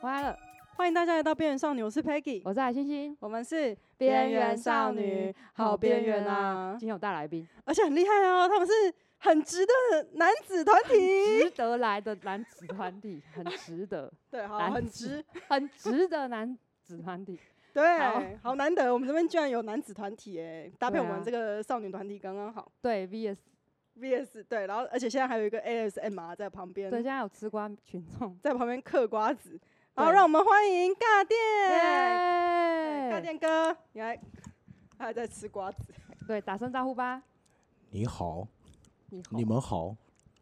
欢迎大家来到边缘少女，我是 Peggy，我是海星星，我们是边缘少女，好边缘啊！边今天有大来宾，而且很厉害哦，他们是很值得的男子团 体，值得来的男子团体， 很值得，对，好，男很子值，很值得男子团体。 对，好好难得，我们这边居然有男子团体哎，搭配对我啊们这个少女团体刚刚好。对，VS VS 对，然后而且现在还有一个 ASMR 在旁边，对，现在有吃瓜群众，在旁边嗑瓜子，然后对让我们欢迎尬电，对尬耶！电哥，你来，他还在吃瓜子，对，打声招呼吧。你好，你好你，们好，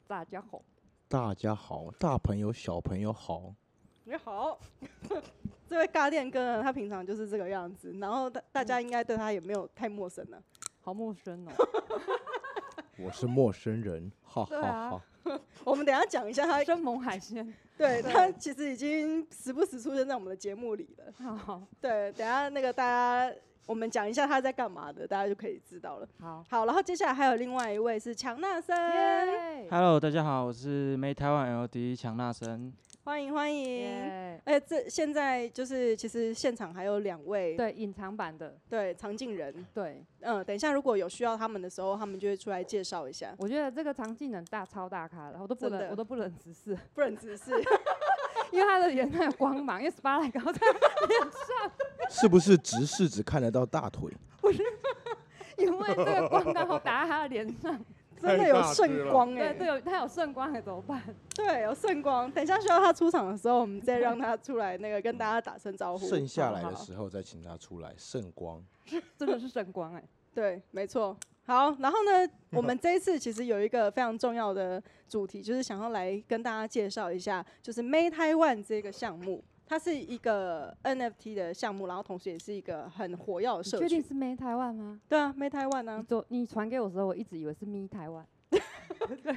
大家好。大家好，大朋友小朋友好。你好。 这位尬电哥呢，他平常就是这个样子，然后大大家应该对他也没有太陌生了。好陌 生哦，我是陌生人，哈对哈啊哈。我们等一下讲一下他，生猛海鲜。 对他其实已经时不时出现在我们的节目里了。好对，等一下那个大家，我们讲一下他在干嘛的，大家就可以知道了。好，好，然后接下来还有另外一位是强纳森。耶！ Hello，大家好，我是 Made Taiwan LD 强纳森。欢迎欢迎！耶哎，这现在就是其实现场还有两位对，隐藏版的，对常进人，对嗯，等一下如果有需要他们的时候，他们就会出来介绍一下，我觉得这个常技能大超大咖的，我都不真的能，我都不能直视，不然只是 因为他的脸上有光芒，因为 spotlight 刚好在是不是直视只看得到大腿？因为这个光刚好打在他的脸 上，真的有圣光哎、对，这有他有圣光，还怎么办？ 对有圣光。等一下需要他出场的时候，我们再让他出来那个跟大家打声招呼。剩下来好的不好时候再请他出来。圣光，真的是圣光 哎、对，没错。好，然后呢，我们这一次其实有一个非常重要的主题，就是想要来跟大家介绍一下，就是 Made Taiwan 这个项目，它是一个 NFT 的项目，然后同时也是一个很火药的你社确定群。是 Me 台湾吗？对啊，Made Taiwan 你啊，昨你传给我的时候，我一直以为是 Me 台湾，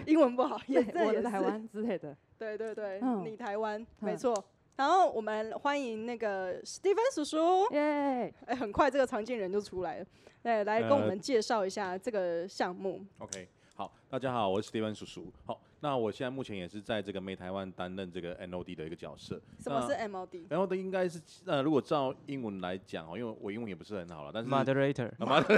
英文不好，也对 这我也的是台。湾之类的。对对对，嗯你台湾没嗯错。然后我们欢迎那个 Steven 叔叔，耶、哎，很快这个常见人就出来了，对，来跟我呃们介绍一下这个项目。 OK，好，大家好，我是 Steven 叔叔。好，那我现在目前也是在这个 Made 台湾担任这个 NOD 的一个角色。什么那是嗯 MLD？然后的应该是，呃，如果照英文来讲哦，因为我英文也不是很好了，但是 Moderator，啊妈的，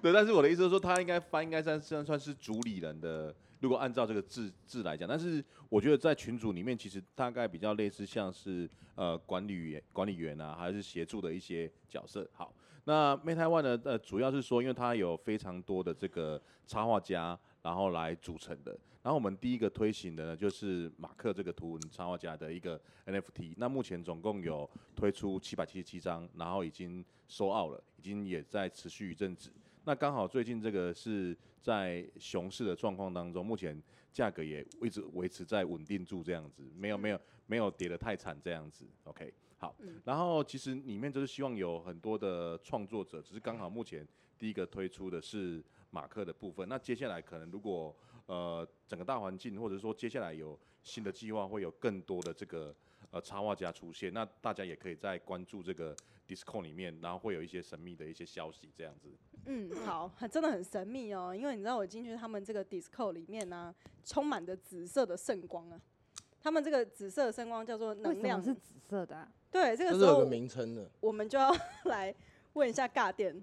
对，但是我的意思是说，他应该翻应该算算算是主理人的，如果按照这个字字来讲，但是我觉得在群组里面，其实大概比较类似像是呃管理员、管理员啊，还是协助的一些角色。好，那 Made Taiwan 呢，呃，主要是说，因为它有非常多的这个插画家，然后来组成的。然后我们第一个推行的呢，就是马克这个图文插画家的一个 NFT。那目前总共有推出七百七十七张，然后已经收 out 了，已经也在持续一阵子。那刚好最近这个是在熊市的状况当中，目前价格也一直维持在稳定住这样子，没有没有没有跌得太惨这样子。OK，好，然后其实里面就是希望有很多的创作者，只是刚好目前第一个推出的是马克的部分，那接下来可能如果呃整个大环境或者说接下来有新的计划，会有更多的这个呃插画家出现，那大家也可以在关注这个 Discord 里面，然后会有一些神秘的一些消息这样子。嗯，好，很真的很神秘哦，因为你知道我进去他们这个 disco 里面呢、充满着紫色的圣光啊。他们这个紫色的圣光叫做为能什么量，是紫色的、啊？ 对这这个是时有候个名称的。我们就要 来问一下尬电，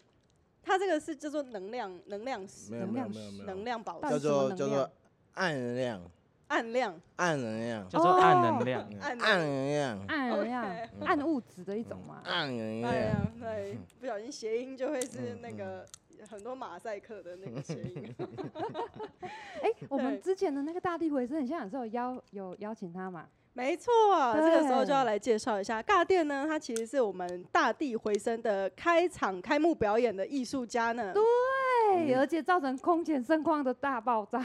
它这个是叫做能量能量石没有能没有量没有没能有，量宝到石底叫什么做能叫量做暗能量，暗量暗能量，叫做暗能嗯量。暗暗能哦量，暗能嗯量 OK 暗物质的一种嘛。嗯暗暗能量。量，哎对，不小心谐音就会是嗯那个很多马赛克的那个谐音。哎、我们 对之前的那个大地回声，你现在有时候邀有邀请他嘛？没错，这个时候就要来介绍一下尬电呢，它其实是我们大地回声的开场开幕表演的艺术家呢。嗯对，而且造成空前盛况的大爆炸，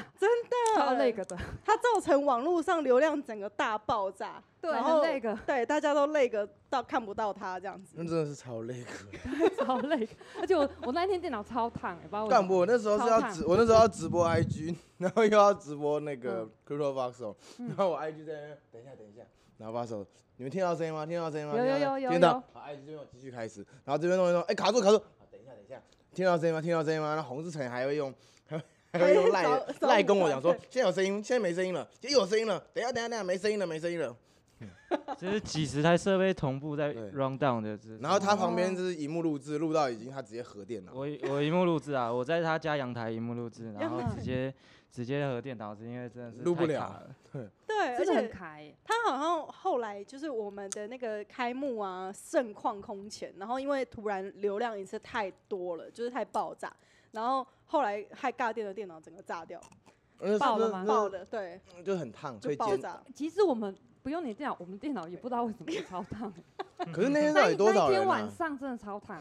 超那个的，它造成网络上流量整个大爆炸，对，然后很那个。对大家都累个到看不到它这样子。嗯那真的是超累的， 超累，而且我我那一天电脑超烫、欸，把我干不？我那时候是超要烫直，我那时候要直播 IG，然 后又要直播那个嗯 Crypto Voxel，然后我 IG 在那边，等一下，等一下，然后把手，你们听到声音吗？听到声音吗？有有听到有有听到有。好，IG 这边我继续开始，然后这边弄一弄，哎，卡住卡住，好，等一下等一下，听到声音吗？听到声音吗？那洪志成还会用，还会还 会用赖找找赖跟我我们讲说对，现在有声音，现在没声音了，又有声音了，等一下等一下等一下，没声音了没声音了，这是几十台设备同步在对 round down 的这。然后他旁哦边就是荧幕录制，录到已经他直接核电了。我我荧幕录制啊，我在他家阳台荧幕录制，然阳后台直接直接和电脑，是因为真的是录不太了卡对，而真的很且开欸耶。他好像后来就是我们的那个开幕啊，盛况空前，然后因为突然流量一次太多了，就是太爆炸，然后后来害尬电的电脑整个炸掉，嗯爆了吗爆的，对，就很烫，所就以爆煎。炸。其实我们不用你电脑，我们电脑也不知道为什么会超 烫。可是那天到那底一多那少一天人晚啊？上真的超烫，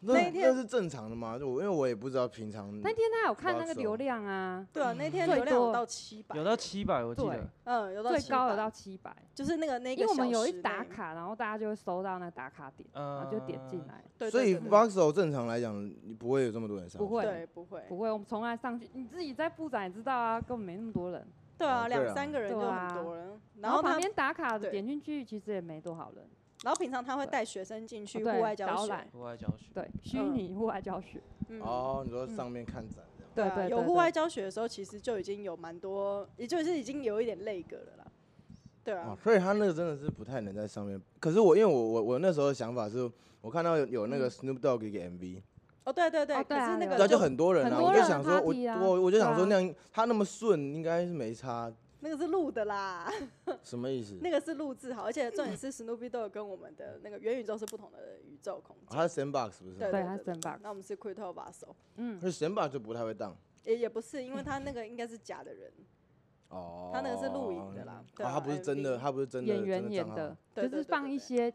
那那一天那是正常的吗？就我因为我也不知道平常。那天他有看不知道那个是流量啊，对啊，那天最流量有多到七百，有到七百，我记对得。嗯，有到最700高有到，七百，就是那个那个因为我们小有时一打内，卡，然后大家就会收到那打卡点，然后就点嗯进来。对，所对以对 Voxel 正常来讲，你不会有这么多人上去。不会对不会，不会，我们从来上去，你自己在布展也知道啊，根本没那么多人。对啊，哦对两啊三个人就对啊很多人，然然后后旁他，边打卡的对点进去，其实也没多少人。然后平常他会带学生进去哦对户外教导学览，户外教学。对，虚嗯拟户外教学，嗯哦，你说上面看展这样。对啊对，有对户对外教学的时候，其实就已经有蛮多，也就是已经有一点累格了啦。对哦啊，，所以他那个真的是不太能在上面。可是我因为我我我那时候的想法是，我看到有有那个 Snoop Dogg 的一个 MV，哦嗯对对对，哦可对啊是那有个对啊，就就很多人很啊，多我就人想说，我 party 啊我我就想说对那样他那么顺，应该是没差，那个是录的啦，嗯什么意思？那个是录制好，而且重点是 Snoopy 都有跟我们的那个元宇宙是不同的宇宙空哦间。他是 Sandbox 不是吗？对对它是对 sandbox 那我们是 q u i t o v a s o 嗯，可是 Sandbox 就不太会当也也不是，因为他那个应该是假的人，哦。他那个是录影的啦哦，对啊他不是真的， MV 他不是真的演员演真的的，对就对是对放对一对些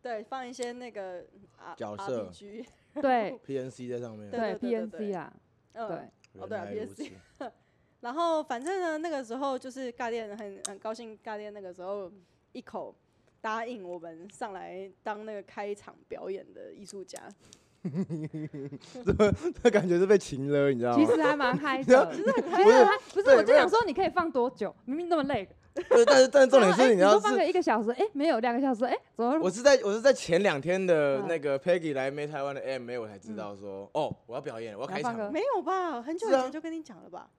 对，放一些那个啊角色 RPG， 对 PNC 在上面。对对对对对 PNC 啊， 嗯对，，哦对啊原来如 PNC 此然后反正呢，那个时候就是尬电很很高兴，尬电那个时候一口答应我们上来当那个开场表演的艺术家，他 感觉是被擒了，你知道其吗？实还蛮嗨的。哦不其实很嗨的他不是，对我就没有想说你可以放多久？明明那么累， 对，但是但是重点然后是哎你你要说放是，个一个小时，哎，没有两个小时，哎，怎么我是在我是在前两天的嗯那个 Peggy 来没台湾的 M A 我才知道说，哦，我要表演了，我要然开后场放了。个没有吧？很久以是啊前就跟你讲了吧？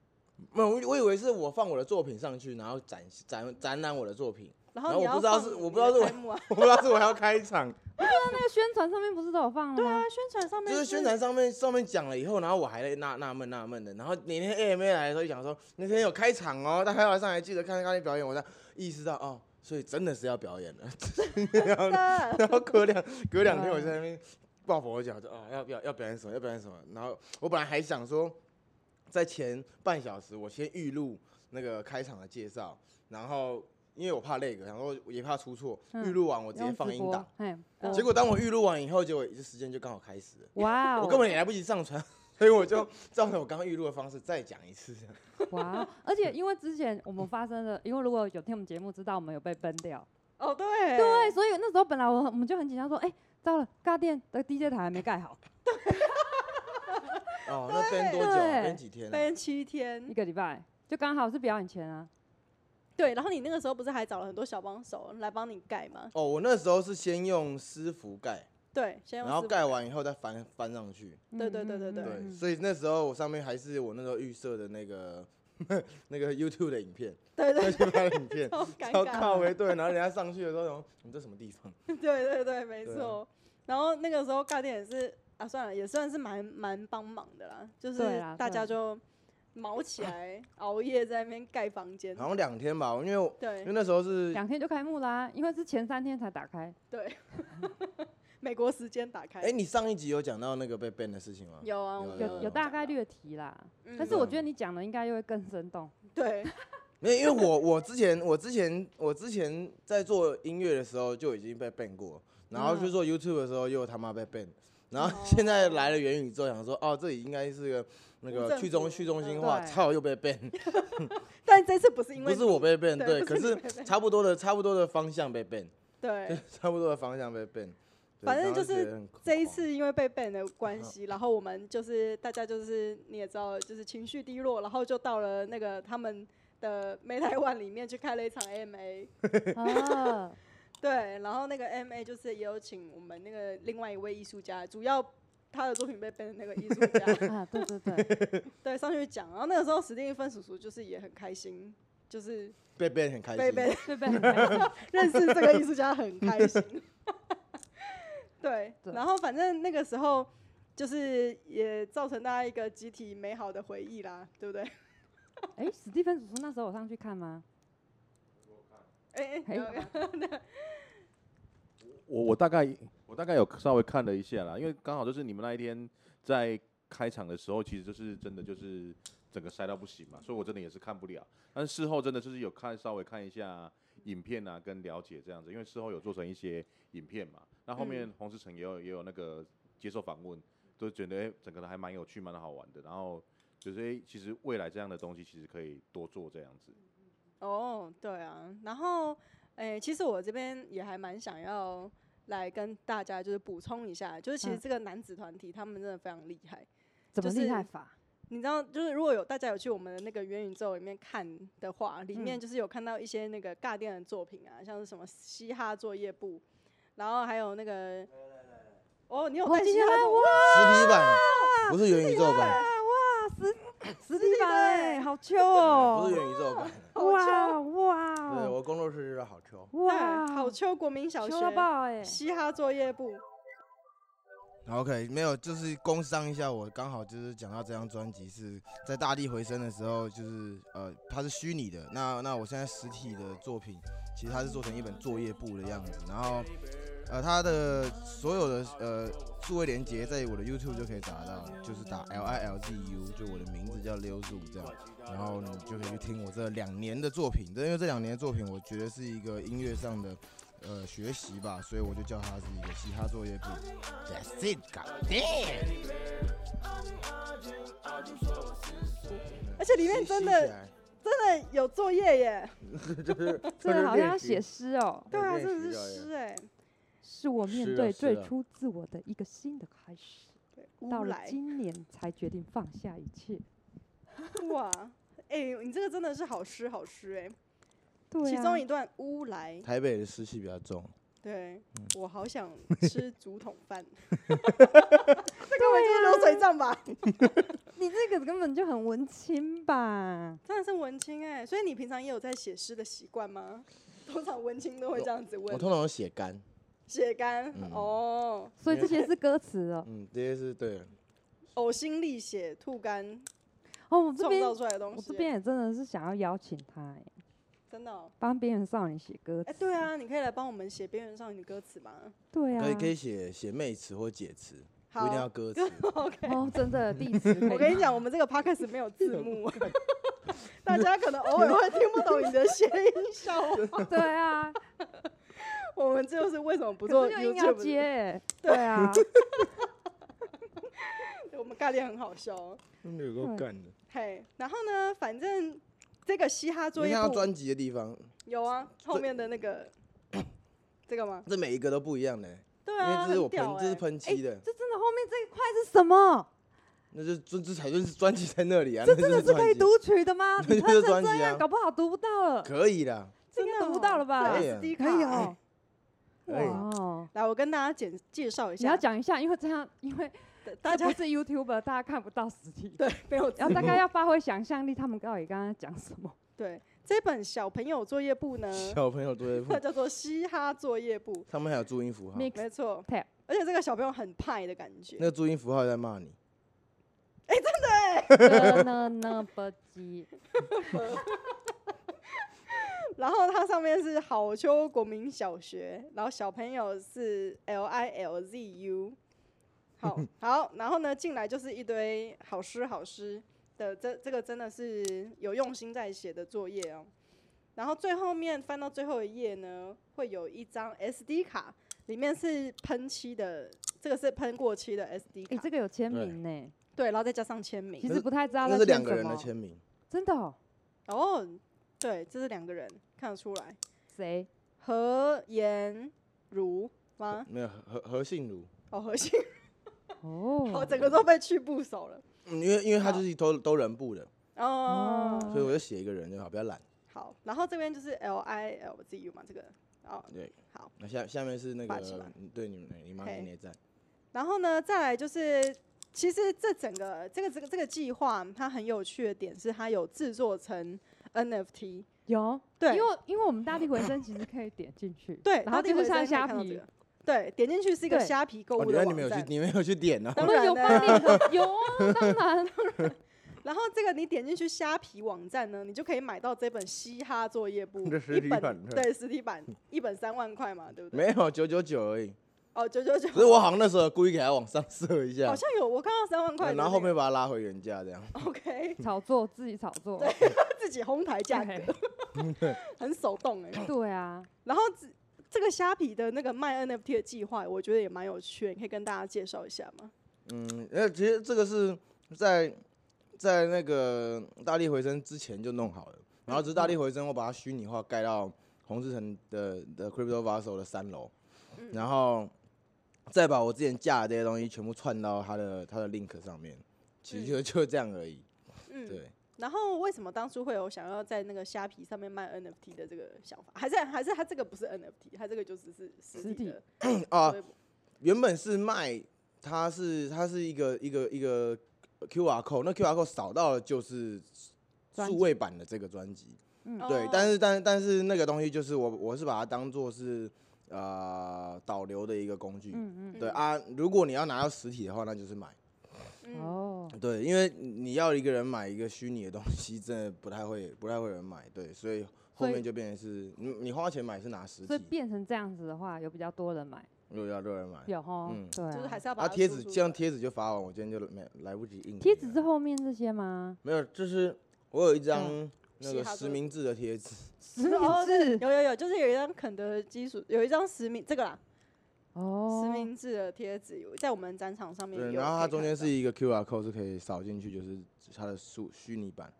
没有，我我以为是我放我的作品上去，然后展展展览我的作品， 然然后后你我要不知道放是你我不的知道是我开幕啊，我不知道是我要 开场，那个宣传上面不是都有放了对啊吗？，宣传上面就是宣传上面上面讲了以后，然后我还在纳纳闷纳闷的，然后那天 A M A 来的时候就讲说那天有开场哦，大家要上来记得看看那表演，我才意识到哦，所以真的是要表演了，然后的，然后隔两隔两嗯天我在那边抱佛脚，就啊要要要表演什么要表演什么，然后我本来还想说，在前半小时我先预录那个开场的介绍，然后因为我怕那个，然后也怕出错，嗯预录完我直接用放直音播档。，哎，嗯结果当我预录完以后，结果这时间就刚好开始了，哇哦，我根本也来不及上传， 所以我就照着我刚刚预录的方式再讲一次。哇哦，而且因为之前我们发生了，因为如果有听我们节目知道我们有被崩掉，哦对对，，所以那时候本来我我们就很紧张，说，哎，糟了，尬电的 DJ 台还没盖好，哦，那编多久？对编几天啊？分七一天，个礼拜，就刚好是表演前啊，对，然后你那个时候不是还找了很多小帮手来帮你盖吗？哦，我那时候是先用湿服盖，对，先用然后丝盖完以后再翻翻上去。对对对对对对，嗯所以那时候我上面还是我那时候预设的那个 那个 YouTube 的影片，对对，，再去拍的影 片好 尴超尬。靠围对，然后人家上去的时候，然后你这什么地方？ 对对对，没对啊错。然后那个时候尬电也是啊，算了，也算是蛮蛮帮忙的啦，就是对啊啦大对家就忙起来，熬夜在那边盖房间。好像两天吧，因为我因为对那时候是两天就开幕啦，因为是前三天才打开，对，美国时间打开。哎、你上一集有讲到那个被 ban 的事情吗？有啊，我有们有有大概略提啦，嗯，但是我觉得你讲的应该又会更生动，对 没有，因为我我之前我之前我之前在做音乐的时候就已经被 ban 过，然后去做 YouTube 的时候又他妈被 ban，然后嗯哦现在来了元宇宙，想说哦这里应该是个那无个政去中府去中心嗯化，对操又被 ban。但这次不是因不为是我被 ban，对对，不可是你是被 ban 差不多的差不多的方向被 ban， 对 差不多的方向被 ban，对反正然后就是觉得很恐这一慌次因为被 ban 的关哦系，然后我们就是大家就是你也知道，就是情绪低落，然后就到了那个他们的梅台湾里面去开了一场 AMA。嗯啊，对，然后那个 M A 就是也有请我们那个另外一位艺术家，主要他的作品被 ban 的那个艺 术 家，啊，对对对，对，上去讲。然后那个时候史蒂芬叔叔就是也很开心，就是被被很开心。被被对不对？认识这个艺术家很开心。对，对然后反正那个时候就是也造成大家一个集体美好的回忆啦，对不对？哎，史蒂芬叔叔那时候我上去看吗？哎、哎哎，我我大概我大概有稍微看了一下啦，因为刚好就是你们那一天在开场的时候，其实就是真的就是整个塞到不行嘛，所以我真的也是看不了。但是事后真的就是有看稍微看一下影片啊，跟了解这样子，因为事后有做成一些影片嘛。那后面洪思成也有也有那个接受访问，都觉得哎、整个人还蛮有趣、蛮好玩的。然后就是哎、其实未来这样的东西其实可以多做这样子。哦，对啊，然后哎、其实我这边也还蛮想要来跟大家就是补充一下，就是其实嗯这个男子团体他们真的非常厉害。怎么就是厉害法？你知道，就是如果有大家有去我们的那个元宇宙里面看的话，里嗯面就是有看到一些那个尬电的作品啊，像是什么嘻哈作业部，然后还有那个，哦，你有哦看今嘻天哈来作实体啊版不是元宇宙版，史蒂蒂芬芬哎，哎好秋哦！不是元宇宙版。哇哦对哇我工作室就叫好秋，对，哇，好秋国民小秋到学爆哎！ 嘻哈作业部，好 OK，没有，就是工商一下，我刚好就是讲到这张专辑是在大地回声的时候，就是呃，它是虚拟的。那那我现在实体的作品，其实它是做成一本作业簿的样子，然后呃，它的所有的呃数位连接在我的 YouTube 就可以找得到，就是打 L I L Z U，就我的名字叫溜树这样，然后你就可以去听我这两年的作品。因为这两年的作品，我觉得是一个音乐上的。呃，学习吧，所以我就叫它是一个嘻哈作业簿。That's it, God damn！而且里面真的真的有作业耶，就是这个好像要写诗哦。对啊，练真的习是表演诗哎，是我面是啊对是最啊初自我的一个新的开始，对到乌了来今年才决定放下一切。哇，哎，你这个真的是好诗好诗哎，对其啊中一段乌来，台北的湿气比较重，对，嗯我好 想吃竹筒饭。 这根本就是流水账吧？你这个根本就很文青吧？真的是文青哎、所以你平常也有在写诗的习惯吗？通常文青都会这样子我问，通常都写干，写干、嗯哦，所以这些是歌词哦。嗯，这些是对的。呕心沥血吐干哦，我这创边造出来的东我西这欸、边也真的是想要邀请他欸，真的、哦，帮边缘少女写歌哎、词。对，啊，你可以来帮我们写《边缘少女》歌词吗？对啊，可以可以写写妹词或解词，不一定要好歌词。 ，OK。哦，真的地址可以我跟你吗讲，我们这个 podcast 没有字 幕， 大家可能偶尔会听不懂你的谐音笑话。对啊，我们这就是为什么不不做就硬要 YouTube 的接欸，对啊，我们概念很好笑哦。有嗯够干的。嘿，然后呢，反正这个嘻哈作你业看到部专辑的地方，有啊，后面的那个这个吗？这每一个都不一样的欸，对因啊，为这是我很屌喷，这是欸喷漆的，这真的后面这一块是什么？那就这这才就是专辑在那里 啊。这那真的就是可以专辑，读取的吗？这你就是喷专成辑这样，啊搞不好读不到了，可以的。这真应该的读不哦到了吧？这可以啊哎 SD 可以卡欸哦。可以哇哦，来，我跟大家简介绍一你要下，讲一下，因为这样，因为大这不家。是 YouTuber，大家看不到实体对没有然后大概要发挥想象力，他们到底刚刚讲什 么？对这本小朋友作业簿呢，哎小朋友作 业簿它，叫做嘻哈作业簿，上面还有注音符号， Mix 没错 Tab。而且这个小朋友很派的感觉那，个注音符号在骂你。呢呢不急，然后它上面是好秋国民小学，然后小朋友是 L I L Z U。好好，然后呢，进来就是一堆好诗好诗的，这这个真的是有用心在写的作业哦。然后最后面翻到最后一页呢，会有一张 SD 卡，里面是喷漆的，这个是喷过漆的 SD 哎，卡，这个有签对名呢，对，然后再加上签名其。实不太知道那在是两签个什人的么签名，真的哦，哦，对，这是两个人看得出来，谁？何妍如吗？没有何何信如，哦，何欣我哦，整个都被去部首了。嗯因为因为他就是都都人部的，哦，嗯所以我就写一个人就好，不要懒。好，然后这边就是 L I L Z U 嘛，这个哦对，好，那下下面是那霸气吧个嗯对你们你妈嘿给你的赞，然后呢，再来就是，其实这整个这个这个这个计划，它很有趣的点是它有制作成 NFT，有，对因为因为我们大地回声其实可以点进去，对，然后地就是回声像可以虾看到这皮个，，对，点进去是一个对虾皮购哦，物的原来你网们有去，站。你们有去点哦呢、当我们有然帮你的， 有啊，当然，然后这个你点进去虾皮网站呢，你就可以买到这本《嘻哈作业簿》 这实一体本版的对实体版一本三万块嘛，对不对？ 没有九九九而已，哦，九九九，可是我好像那时候故意给它往上射一下好，像有我看到三万块的那个，呃然后后面把它拉回原价这样。 OK 炒作自己炒作，对自己哄抬价格，很手动哎、对啊，然后这这个虾皮的那个卖 NFT 的计划，我觉得也蛮有趣的，你可以跟大家介绍一下吗？嗯，那其实这个是在在那个大力回声之前就弄好了，然后只是大力回声我把它虚拟化盖到红志城的的 Crypto Vaso 的三楼，嗯然后再把我之前架的这些东西全部串到它的它的 Link 上面，其实就就这样而已。嗯，对，然后为什么当初会有想要在那个虾皮上面卖 NFT 的这个想法？还是还是它这个不是 NFT，它这个就只是实实体体的啊微博，原本是卖，它是它是一个一个一个 QR code，那 QR code 扫到的就是专辑数位版的这个专辑。嗯对哦，但是但是但是那个东西就是我我是把它当做是呃导流的一个工具。嗯对啊，如果你要拿到实体的话，那就是买。嗯，嗯，哦，对，因为你要一个人买一个虚拟的东西，真的不太会不太会有人买。对，所以后所以面就变成是你你花钱买是拿实所以体，变成这样子的话，有比较多人买，如果要多人买。有哦嗯，对啊，就是还是要把啊，它贴输纸出这样来贴纸就发完，我今天就没来不及印。贴纸是后面这些吗？没有，就是我有一嗯张那嘻个哈歌实名制的贴纸，实哦名制有有有，就是有一张肯德基属，有一张实名这个啦，哦，实名制的贴纸有在我们展场上面有可对，以看到。然后它中间是一个 QR code 是可以扫进去，就是它的数虚拟版。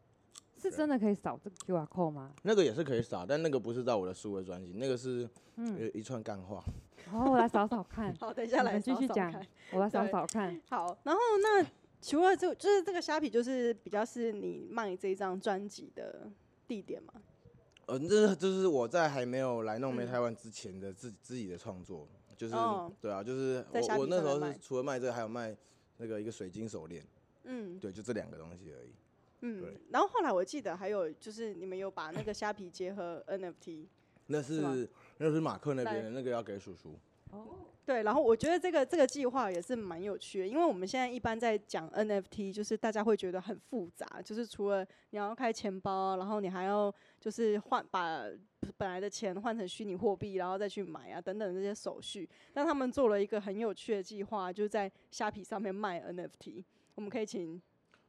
是真的可以扫这个 QR code 吗？那个也是可以扫，但那个不是在我的数位专辑，那个是嗯，有一串干话。哦，我来扫扫 ，看好，等一你下呃来们继扫续扫讲看，我来扫对扫看，好，然后那除了这，就是这个虾皮，就是比较是你卖这张专辑的地点嘛？呃，这是这是我在还没有来弄嗯没台湾之前的自自己的创作，就是、哦对啊，就是在虾我我皮那上时候面是卖除了卖这个，还有卖那个一个水晶手链，嗯对，就这两个东西而已。嗯对。然后后来我记得还有就是你们有把那个虾皮结合 NFT，那是吗是那是马克那边来的，那个要给叔叔。对。然后我觉得这个这个计划也是蛮有趣的，因为我们现在一般在讲 NFT，就是大家会觉得很复杂，就是除了你要开钱包，然后你还要就是换把本来的钱换成虚拟货币，然后再去买啊等等这些手续。但他们做了一个很有趣的计划，就是在虾皮上面卖 NFT。我们可以请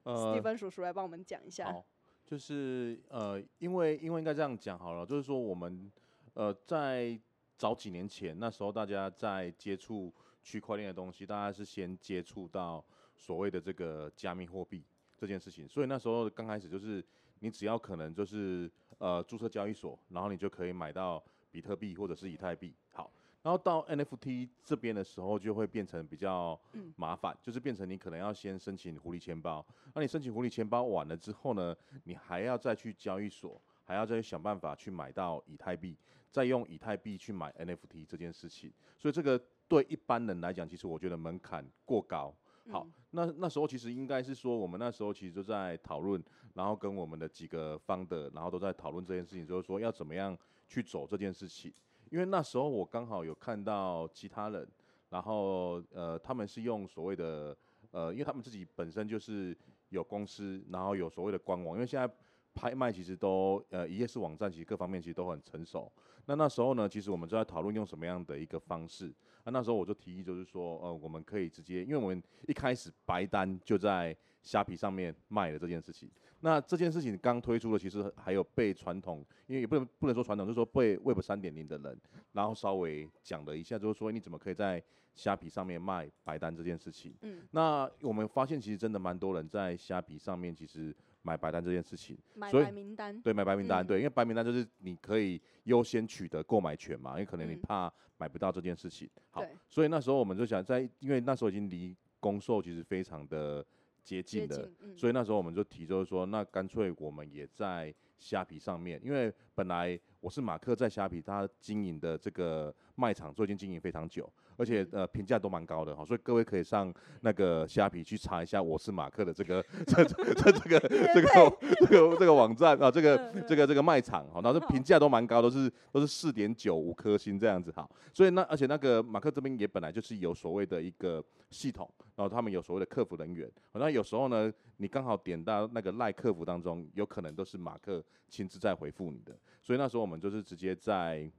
呃 Steven 叔叔来帮我们讲一下。好，就是呃，因为因为应该这样讲好了，就是说我们呃在早几年前，那时候大家在接触区块链的东西，大家是先接触到所谓的这个加密货币这件事情，所以那时候刚开始就是你只要可能就是呃注册交易所，然后你就可以买到比特币或者是以太币。好。然后到 NFT 这边的时候，就会变成比较嗯麻烦，就是变成你可能要先申请狐狸钱包，那你申请狐狸钱包完了之后呢，你还要再去交易所，还要再去想办法去买到以太币，再用以太币去买 NFT 这件事情。所以这个对一般人来讲，其实我觉得门槛过高。好，那那时候其实应该是说，我们那时候其实就在讨论，然后跟我们的几个方的，然后都在讨论这件事情，就是说要怎么样去走这件事情。因为那时候我刚好有看到其他人，然后呃，他们是用所谓的呃，因为他们自己本身就是有公司，然后有所谓的官网，因为现在拍卖其实都呃一页式网站，其实各方面其实都很成熟。那那时候呢，其实我们就在讨论用什么样的一个方式。那那时候我就提议，就是说，呃，我们可以直接，因为我们一开始白单就在虾皮上面卖了这件事情。那这件事情刚推出的，其实还有被传统，因为也不能不能说传统，就是说被 Web 三点零的人，然后稍微讲了一下，就是说你怎么可以在虾皮上面卖白单这件事情。嗯，那我们发现其实真的蛮多人在虾皮上面其实买白单这件事情，买所以买名单，对，买白名单，嗯对，因为白名单就是你可以优先取得购买权嘛，因为可能你嗯怕买不到这件事情。好对，所以那时候我们就想在，因为那时候已经离公售其实非常的接接近的，近，嗯，所以那时候我们就提就是说，那干脆我们也在虾皮上面，因为本来我是马克在虾皮，他经营的这个卖场最近经营非常久，而且呃评价都蛮高的哈，所以各位可以上那个虾皮去查一下我是马克的这个 这这这个这个这个这个网站啊，这个嗯嗯这个这个卖场哈，然后这好评价都蛮高，都是都是四点九五颗星这样子哈，所以那而且那个马克这边也本来就是有所谓的一个系统，然后他们有所谓的客服人员，好那有时候呢，你刚好点到那个赖客服当中，有可能都是马克亲自在回复你的，所以那时候我们就是直接在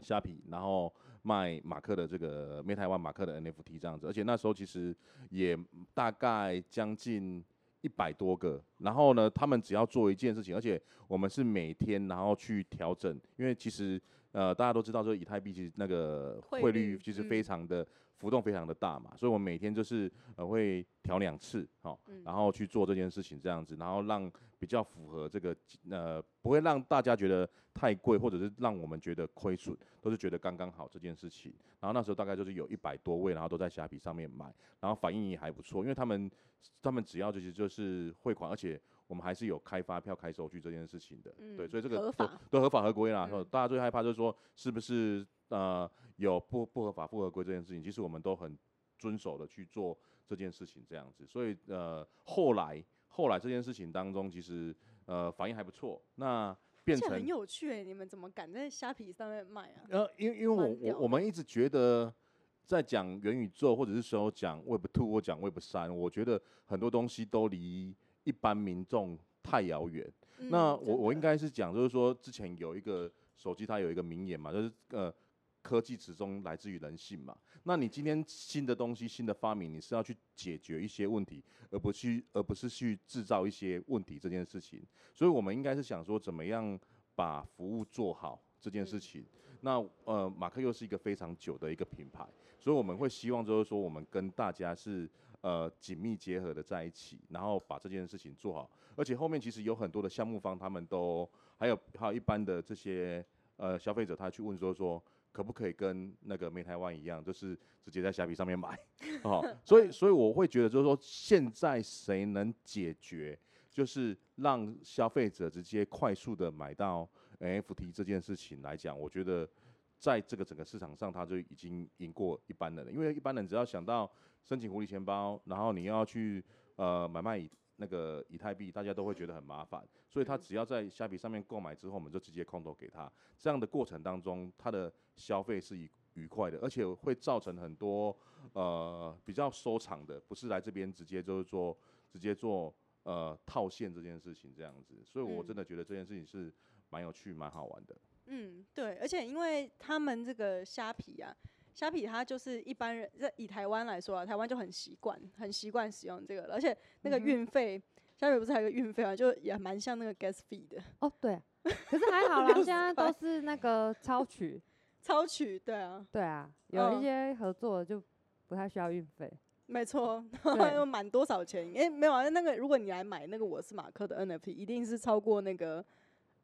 虾皮，然后卖马克的这个 Meta One 马克的 NFT 这样子，而且那时候其实也大概将近。一百多个，然后呢，他们只要做一件事情，而且我们是每天然后去调整，因为其实呃大家都知道，说以太币其实那个汇汇率率其实嗯非常的浮动非常的大嘛，所以我们每天就是呃会调两次，哦好、嗯然后去做这件事情这样子，然后让比较符合这个呃不会让大家觉得太贵，或者是让我们觉得亏损，都是觉得刚刚好这件事情。然后那时候大概就是有一百多位，然后都在虾皮上面买，然后反应也还不错，因为他们他们只要就是就是汇款，而且我们还是有开发票、开收据这件事情的，对，嗯所以这个合都法都合法合规啦。哦嗯大家最害怕就是说是不是呃有不不合法、不合规这件事情，其实我们都很遵守的去做这件事情这样子。所以呃后来后来这件事情当中，其实呃反应还不错，那变这成很有趣欸，你们怎么敢在虾皮上面卖啊？呃，因为因为我蛮屌我我们一直觉得，在讲元宇宙，或者是说讲 Web Two 或讲 Web 三，我觉得很多东西都离一般民众太遥远。嗯那我真我的应该是讲，就是说之前有一个手机，它有一个名言嘛，就是呃，科技始终来自于人性嘛。那你今天新的东西、新的发明，你是要去解决一些问题，而不去而不是去制造一些问题这件事情。所以我们应该是想说，怎么样把服务做好这件事嗯情。那呃，马克又是一个非常久的一个品牌，所以我们会希望就是说，我们跟大家是呃紧密结合的在一起，然后把这件事情做好。而且后面其实有很多的项目方，他们都还有还有一般的这些呃消费者，他去问说说可不可以跟那个美台湾一样，就是直接在虾皮上面买 哦。所以所以我会觉得就是说，现在谁能解决，就是让消费者直接快速的买到 NFT 这件事情来讲，我觉得。在这个整个市场上，它就已经赢过一般人了。因为一般人只要想到申请狐狸钱包，然后你要去呃买卖以那个以太币，大家都会觉得很麻烦，所以他嗯只要在虾皮上面购买之后，我们就直接空投给他。这样的过程当中，他的消费是愉愉快的，而且会造成很多呃比较收场的，不是来这边直接就是做直接做呃套现这件事情这样子。所以我嗯真的觉得这件事情是蛮有趣、蛮好玩的。嗯，对，而且因为他们这个虾皮啊，虾皮它就是一般人在以台湾来说啊，台湾就很习惯，很习惯使用这个了，而且那个嗯哼运费。虾皮不是还有个运费嘛，就也蛮像那个 gas fee 的哦，对， 可是还好啦，现在块都是那个超取，超取，对啊，对啊，有嗯一些合作的就不太需要运 费，没错，然后对又满多少钱？哎、没有啊，那个如果你来买那个我是马克的 NFT，一定是超过那个，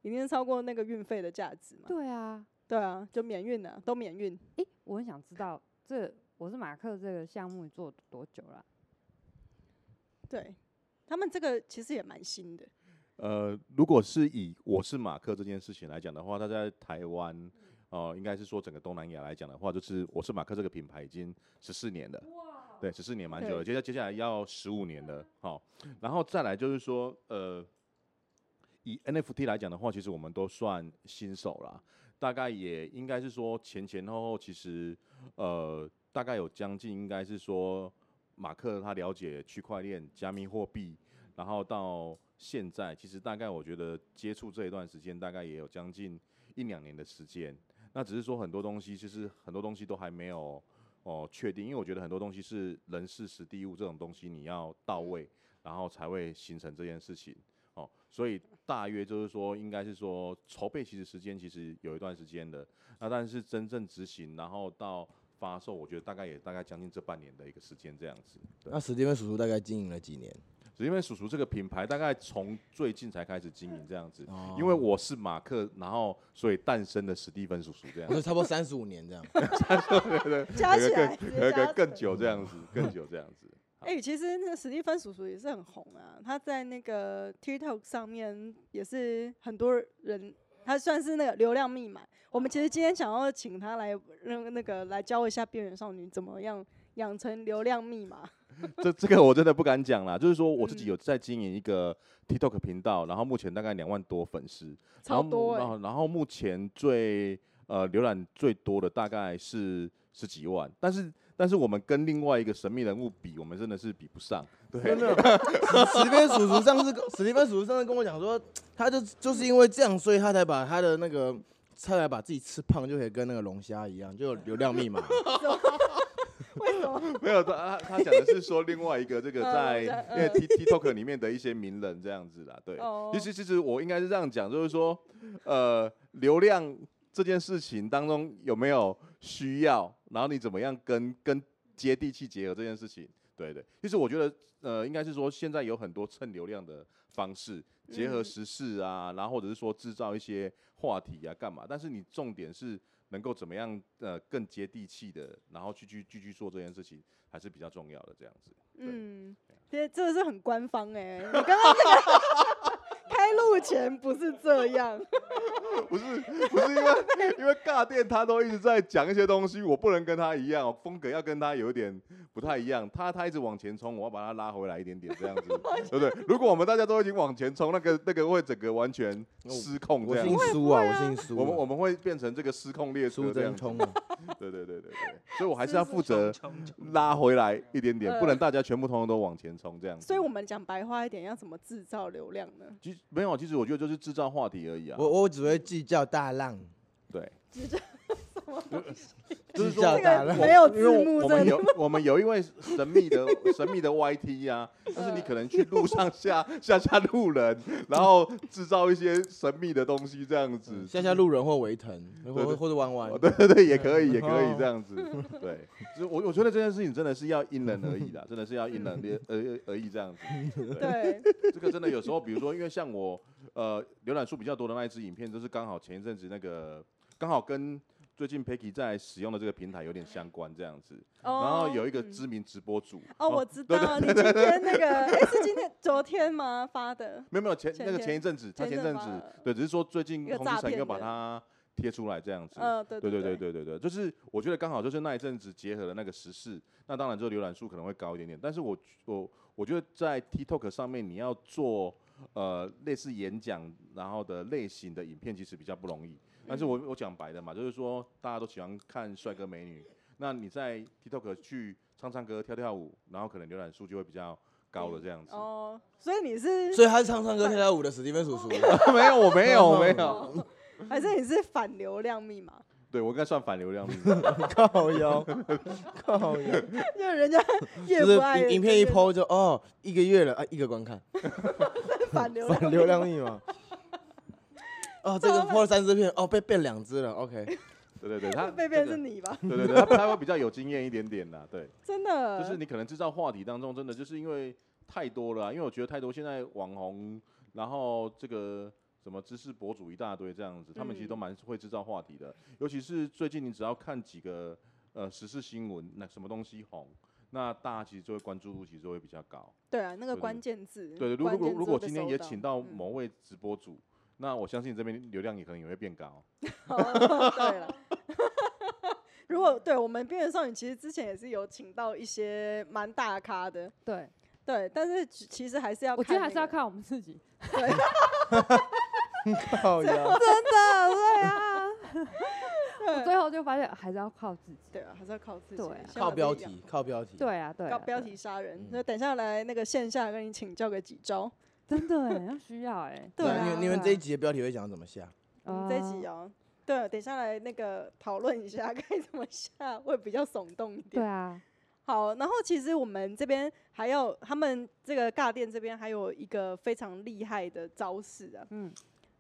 一定是超过那个运费的价值嘛？对啊，对啊，就免运啊，都免运。诶，我很想知道这我是马克这个项目做多久了啊？对他们这个其实也蛮新的，呃，如果是以我是马克这件事情来讲的话，他在台湾，哦，应该是说整个东南亚来讲的话，就是我是马克这个品牌已经十四年了，对，十四年蛮久了，接下接下来要十五年了，好、然后再来就是说，呃，以 NFT 来讲的话，其实我们都算新手啦，大概也应该是说前前后后，其实呃，大概有将近应该是说马克他了解区块链、加密货币，然后到现在，其实大概我觉得接触这一段时间，大概也有将近一两年的时间。那只是说很多东西，其实很多东西都还没有哦确定，因为我觉得很多东西是人事实地物这种东西，你要到位，然后才会形成这件事情。哦，所以大约就是说，应该是说筹备其实时间其实有一段时间的，那但是真正执行，然后到发售，我觉得大概也大概将近这半年的一个时间这样子。对那史蒂芬叔叔大概经营了几年？只因为叔叔这个品牌大概从最近才开始经营这样子，哦因为我是马克，然后所以诞生的史蒂芬叔叔这样 我，说差不多三十五年这样。 加有起一个来更有一个更久。 久这样子，更久这样子。哎、其实那个史蒂芬叔叔也是很红啊，他在那个 TikTok 上面也是很多人，他算是那个流量密码。我们其实今天想要请他来，让那个来教一下边缘少女怎么样养成流量密码。这这个我真的不敢讲啦，就是说我自嗯己有在经营一个 TikTok 频道，然后目前大概两万多粉丝，然超后多哎、然后然后目前最呃浏览最多的大概是十几万，但是但是我们跟另外一个神秘人物比，我们真的是比不上。对真，的，史蒂芬叔叔上次跟，史蒂芬叔叔上次跟我讲说，他就就是因为这样，所以他才把他的那个，他才把自己吃胖，就可以跟那个龙虾一样，就有流量密 码。啊为什么？没有他他他讲的是说另外一个这个嗯在在因为嗯 T TikTok 里面的一些名人这样子啦，对。哦其实其实我应该是这样讲，就是说，呃，流量这件事情当中有没有需要，然后你怎么样跟跟接地气结合这件事情，对对。其实我觉得，呃，应该是说现在有很多蹭流量的方式，结合嗯时事啊，然后或者是说制造一些话题啊，干嘛？但是你重点是。能够怎么样呃更接地气的，然后去去去去做这件事情，还是比较重要的这样子。嗯，这这个是很官方哎、你刚刚那个 开录前不是这样，不是不是因为 因为尬店他都一直在讲一些东西，我不能跟他一样，风格要跟他有一点不太一样。他他一直往前冲，我要把他拉回来一点点，这样 子，对不对？如果我们大家都已经往前冲，那个那个会整个完全失控我这样姓子。苏啊，我姓苏啊，我们我们会变成这个失控列车苏这样真 子，聪啊，对对对对对，所以我还是要负责拉回来一点点，不能大家全部通通都往前冲这样子。所以我们讲白话一点，要怎么制造流量呢？其实没有，其实我觉得就是制造话题而已啊。我我只会计较大浪， 对， 计较大浪这个。 没有因为我字幕我真们的有我们有一位神秘的 神秘的 YT 啊，但是你可能去路上吓呃吓吓路人，然后制造一些神秘的东西这样子，嗯下嗯下路人或维腾，对对或或者弯弯哦，， 对对对，也可以也可哦以这 样子，对，就是我我觉得这件事情真的是要因人而异啦，真的是要因人而而而异这样子，对，对，这个真的有时候，比如说因为像我呃浏览数比较多的那一支影片，就是刚好前一阵子那个刚好跟。最近 Peggy 在使用的这个平台有点相关，这样子，然后有一个嗯知名直播主哦，我知道，你今天那 个，哎，是今天、昨天吗发的？没有没有前前那个天前一阵子，他前前一阵阵吧子对，只是说最近一个洪诈志成骗又把的它贴出来这样子。嗯，对对对对对对对对，就是我觉得刚好就是那一阵子结合了那个时事，那当然就浏览数可能会高一点点，但是我我我觉得在 TikTok 上面你要做呃类似演讲然后的类型的影片其实比较不容易，但是我嗯我讲白的嘛，就是说大家都喜欢看帅哥美女，那你在 TikTok 去唱唱歌跳跳舞，然后可能浏览数就会比较高的这样子。哦，所以你是所以他是唱唱歌跳跳舞的史蒂芬叔 叔。 没有，我没有，我没有。 哦还是你是反流量密码？ 对我应该算反流量密码，靠腰， 靠腰，就是人 家越 就不是爱影影片一抛就哦，一个月了啊，一个观看，越 反流反量，流量密码。哦，这个抛了三支片，哦，被变两支了，OK。对对对，他被变是你吧？对对对，他他会比较有经验一点点啦，对，真的，就是你可能制造话题当中，真的就是因为太多了啊、因为我觉得太多现在网红，然后这个什么知识博主一大堆这样子，他们其实都嗯蛮会制造话题的，尤其是最近你只要看几个呃时事新闻，那什么东西红，那大家其实就会关注度其实就会比较高。对啊，那个对关键字，对，如关如果键字如果被今天搜也请到嗯某位直播主，那我相信这边流量也可能也会变高。哦 对了。如果对我们边缘少女，其实之前也是有请到一些蛮大咖的，对，对，但是其其实还是要、我觉得还是要，看我们自 己。对，靠腰，对啊， 我对最后就发现还是要靠自己。对啊，还是要靠自己，对先啊把自 靠己标养题，靠标题。对啊，对高啊，标对题杀人嗯。那等下来那个线下跟你请教个几招。啊真的哎，要需要哎。对啊你们你们对啊这一集的标题会讲怎么下？我们这一集哦，对，等下来那个讨论一下 该怎么下，会比较耸动一对点。啊，好，然后其实我们这边还有他们这个尬店这边还有一个非常厉害的招式啊，嗯，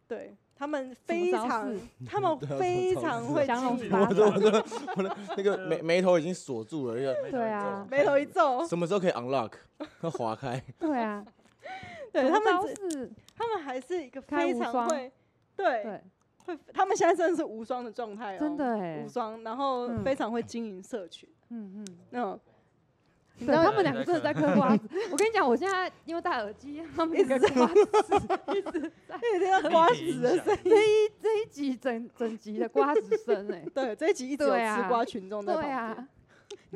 对他们什么非招常式，他们 对啊非什么招常式会降龙经十营八掌，那个眉眉头已经锁住了，那个对啊，眉头一皱，什么时候可以 unlock？要划开，对 啊，对什他么们招只式，他们还是一个开非无常双会，对，对，会，他们现在真的是无双的状态哦，真的哎无，双，然后嗯非常会经营社群，嗯嗯，嗯，你知对道他们两个真的在嗑 瓜子。我跟你讲，我现在因为戴耳机，他们两个瓜子一直在。那天要瓜子的声音。这一这一集整整集的瓜子声哎、对，这一集一直有对啊吃瓜群众在 旁对边，啊，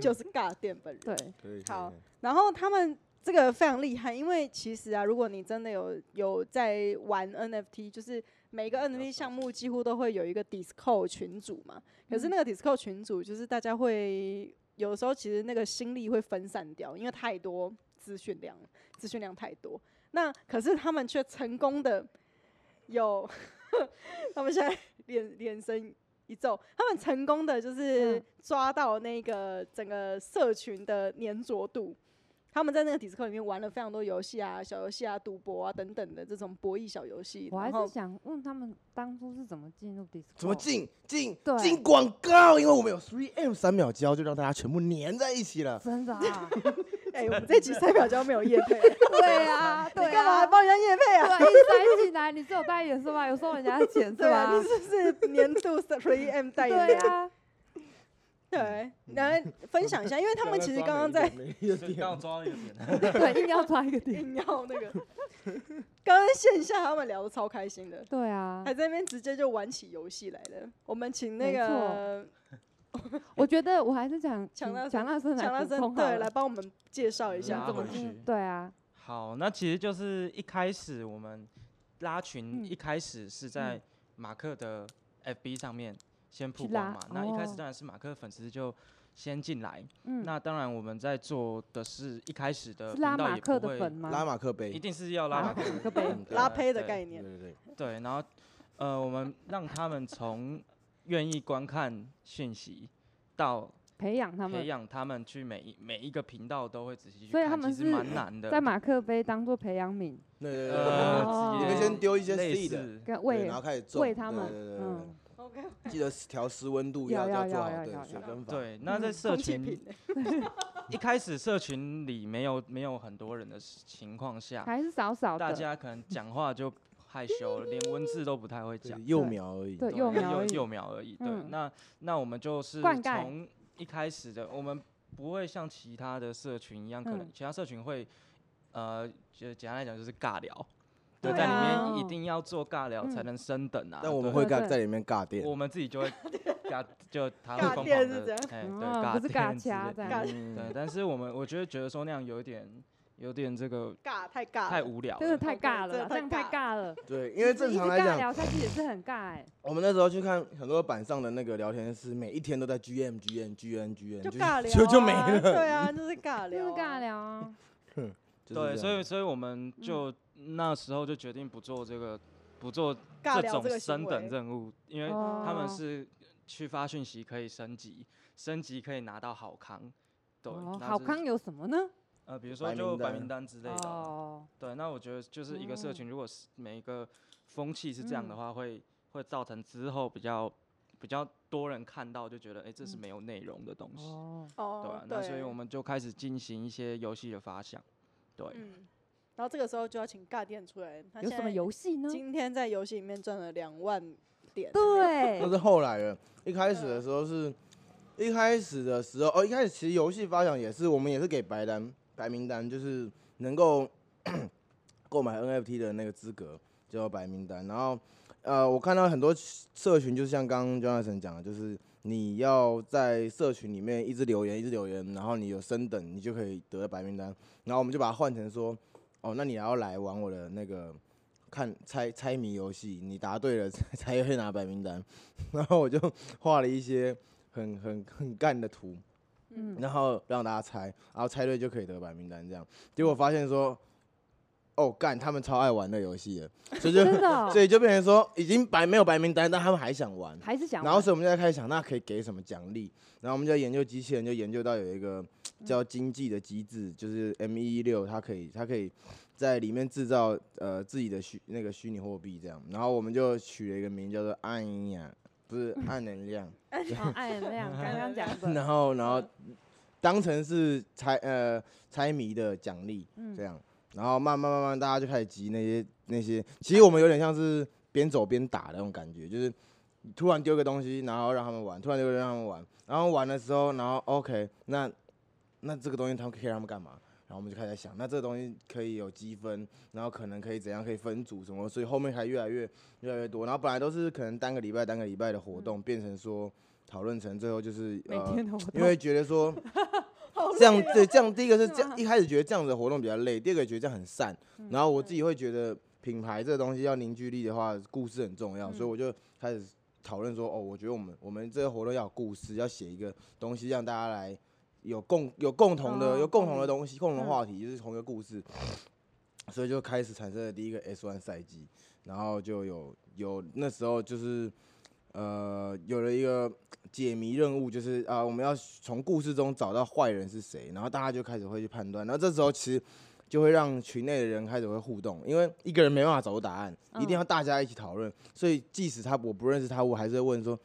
就是尬店本人。对，可以好，然后他们这个非常厉害，因为其实啊，如果你真的有有在玩 NFT，就是每一个 NFT 项目几乎都会有一个 Discord 群组嘛。可是那个 Discord 群组，就是大家会有时候其实那个心力会分散掉，因为太多资讯量，资讯量太多。那可是他们却成功的有， 他们现在脸脸神一皱，他们成功的就是嗯抓到那个整个社群的粘着度。他们在那个 Discord 里面玩了非常多游戏啊、小游戏啊、赌博啊等等的这种博弈小游戏。我还然后是想问他们当初是怎么进入 Discord？怎么？进进对进广告？因为我们有 three M 三秒胶，就让大家全部粘在一起了。真的 啊？哎、我们这集三秒胶没有叶配，对 啊， 对啊，你干嘛还帮人家叶配啊？对，一塞进来，你是有代言是吧？有收人家的钱是对吧啊，？你是不是年 度 Three M 代言对人？啊，嗯对，来分享一下，因为他们其实刚刚在是刚抓了一个点。对，硬要抓一个 点。硬要那个，刚刚线下他们聊的超开心的，对啊，还在那边直接就玩起游戏来了。我们请那没错个我觉得我还是想强纳请强纳森强来纳补充好森对来了。帮我们介绍一拉下回嗯去嗯对啊，好，那其实就是一开始我们拉群嗯一开始是在嗯马克的 FB 上面先曝去光拉嘛，那一开哦始当然是马克的粉丝就先进来。嗯，那当然我们在做的是一开始的是拉频道马也克不的会粉拉吗？马克一杯，定是要拉马克马克的杯粉对啊拉胚的对概对念。对对，对，然后呃，我们让他们从愿意观看讯息到培养他培们，养他们去每一每一个频道都会仔细去看，所以他们其实是蛮难的。在马克杯当做培养皿，对对对哦对，呃，你也们先丢一些类 seed，对似，跟对喂然后开始种喂他对们对对，对对嗯， OK，记得调湿温度要要要要做要好要对要水要分法。对。那嗯在社空气群瓶一开始社群里没有没有很多人的情况下，还是少少大的。家可能讲话就害羞了，连文字都不太会对讲，幼苗而已。 对对幼苗而幼已幼苗而已。对，嗯那那我们就是灌溉从一开始的，我们不会像其他的社群一样，可能嗯其他社群会，呃，就简单来讲就是尬聊，对在啊里面一定要做尬聊才嗯能升等啊。但我们对会对尬对在里面尬电，我们自己就会 尬，就他啊尬会疯狂电是的这样，哎，对，哦不是尬电之掐类这样尬嗯对，但是我们我觉得觉得说那样有一点有点这个尬太尬了太无聊真的了，太尬了真啦，的这样太太尬了。对，因为正常来一直尬讲，聊下去也是很尬哎，我们那时候去看很多版上的那个聊天室，每一天都在 GM GM GM GM，就尬聊、啊、就就没了。对啊，就是尬就聊、是尬。聊啊。就是这对，所样以所以我们嗯就那时候就决定不做这个不做尬这聊这种个升行等为，任务，因为哦他们是去发讯息可以升级，升级可以拿到好康，对，哦，那好是康有什么呢？呃，比如说白就名白单名单之类的啊，哦，对，那我觉得就是一个社哦群，如果是每一个风气是这样的嗯话，会会造成之后比较比较多人看到就觉得，哎，这是嗯没有内容的东西，哦，哦对啊，那所以我们就开始进行一些游戏的发想，对，嗯，然后这个时候就要请尬店出来，他有现什么在游戏呢？今天在游戏里面赚了两万点，对那，是后来了。一开始的时候是，一开始的时候哦，一开始其实游戏发展也是，我们也是给白单白名单，就是能够 购买 NFT 的那个资格叫做白名单。然后呃，我看到很多社群，就像刚刚 Jonathan 讲的，就是你要在社群里面一直留言，一直留言，然后你有升等，你就可以得到白名单。然后我们就把它换成说，哦，那你还要来玩我的那个。看猜猜谜游戏，你答对了 才才会拿白名单。 然后我就画了一些很很很干的图，嗯，然后让大家猜，然后猜对就可以得白名单这样。结果发现说，哦干，他们超爱玩的游戏了，所以就真的哦 所以就变成说已经白没有白名单，但他们还想玩。还是想然后玩所以我们就在开始想，那可以给什么奖励？然后我们就在研究机器人，就研究到有一个叫经济的机制，就是 M E 一六，它可以它可以在里面制造呃自己的虚那个虚拟货币这样。然后我们就取了一个名叫做暗呀，不是暗能量，哦，哎，那样刚刚 讲的， 然后然后嗯当成是猜呃猜谜的奖励这嗯，样。然后慢慢慢慢，大家就开始集那些那些，其实我们有点像是边走边打的那种感觉，就是突然丢个东西，然后让他们玩，突然丢个东西让他们玩，然后玩的时候，然后 OK，那那这个东西他们可以让他们干嘛？然后我们就开始在想，那这个东西可以有积分，然后可能可以怎样，可以分组什么，所以后面还越来越越来越多。然后本来都是可能单个礼拜单个礼拜的活动，变成说讨论成最后就是嗯每呃天的活因动，为觉 得说好啊这样累哦对这样，第一个是是这样，吗一开始觉得这样子的活动比较累，第二个也觉得这样很散嗯。然后我自己会觉得品牌这个东西要凝聚力的话，故事很重要，嗯所以我就开始讨论说，哦，我觉得我们我们这个活动要有故事，要写一个东西让大家来有共有共同的哦有共共同的鸣东西，共嗯同的话题就是同一个故事，所以就开始产生了第一个 S1 赛季，然后就有有那时候就是。呃，有了一个解谜任务，就是啊、我们要从故事中找到坏人是谁，然后大家就开始会去判断，然后这时候其实就会让群内的人开始会互动，因为一个人没办法找出答案，一定嗯要大家一起讨论，所以即使他我不认识他，我还是会问说，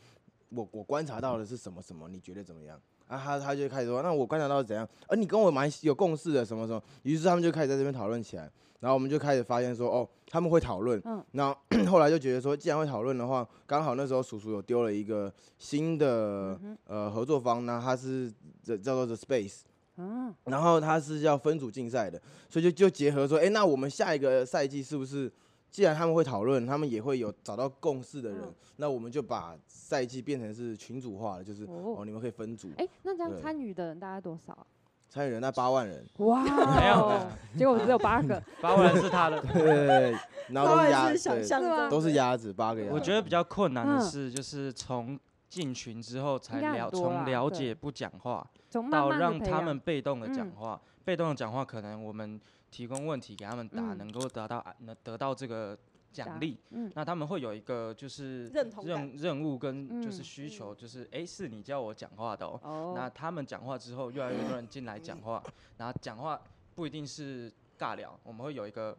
我我观察到的是什么什么，你觉得怎么样？啊，他他就开始说，那我观察到是怎样？而、你跟我蛮有共识的，什么什么，于是他们就开始在这边讨论起来，然后我们就开始发现说，哦，他们会讨论，嗯那后来就觉得说，既然会讨论的话，刚好那时候叔叔有丢了一个新的嗯、哼呃合作方，那他是叫叫做 The Space，啊嗯，然后他是要分组竞赛的，所以就就结合说，哎、那我们下一个赛季是不是，既然他们会讨论，他们也会有找到共识的人，哦嗯那我们就把赛季变成是群组化的，就是哦哦你们可以分组，哎，那这样对参与的人大概多少啊？参与人那八万 人，哇 没有哦，结果只有八个，八万人是他的。对对对，然后当都是然鸭，是想对，象是的，吗都是鸭子，八个鸭子，我觉得比较困难的嗯是，就是从进群之后才应该很了，多啦从了对解不讲话从慢到慢让地培他养们被动的讲嗯话，被动的讲话，可能我们提供问题给他们答，嗯能够得到啊能得到这个奖答励，嗯那他们会有一个就是认同感任任务跟就是嗯需嗯求，就是哎、诶是你教我讲话的哦。哦，那他们讲话之后，越来越多人进来讲 话，然后讲话不一定是尬聊，我们会有一个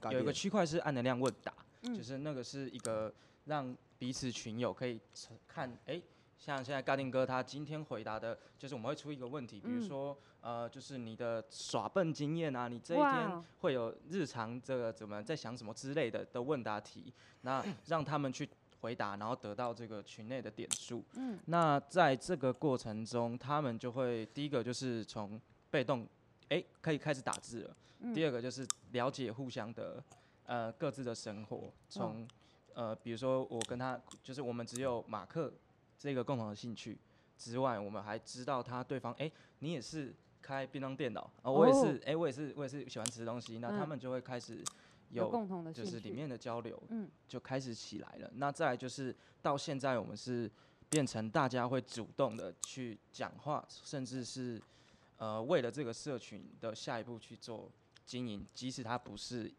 尬有一个电区块是按能量问答，嗯就是那个是一个让彼此群友可以看，哎、像现在尬定哥他今天回答的，就是我们会出一个问题，比如嗯说、呃，就是你的耍笨经验啊，你这一天哇，会有日常这个怎么在想什么之类的的问答题，那嗯让他们去回答，然后得到这个群内的点数。嗯，那在这个过程中，他们就会第一个就是从被动，哎、可以开始打字了；嗯第二个就是了解互相的呃各自的生嗯活，从、呃比如说我跟他就是我们只有马克这个共同的兴趣之外，我们还知道他对方哎、诶你也是开便当店的哦、啊我也是哦哎、诶我也是我也是喜欢吃东西，那他嗯们就会开始有有共同的就兴是里趣，面的交流，嗯就开始起来了。那再来就是到现在，我们是变成大家会主动的去讲话，甚至是呃为了这个社群的下一步去做经营，即使它不是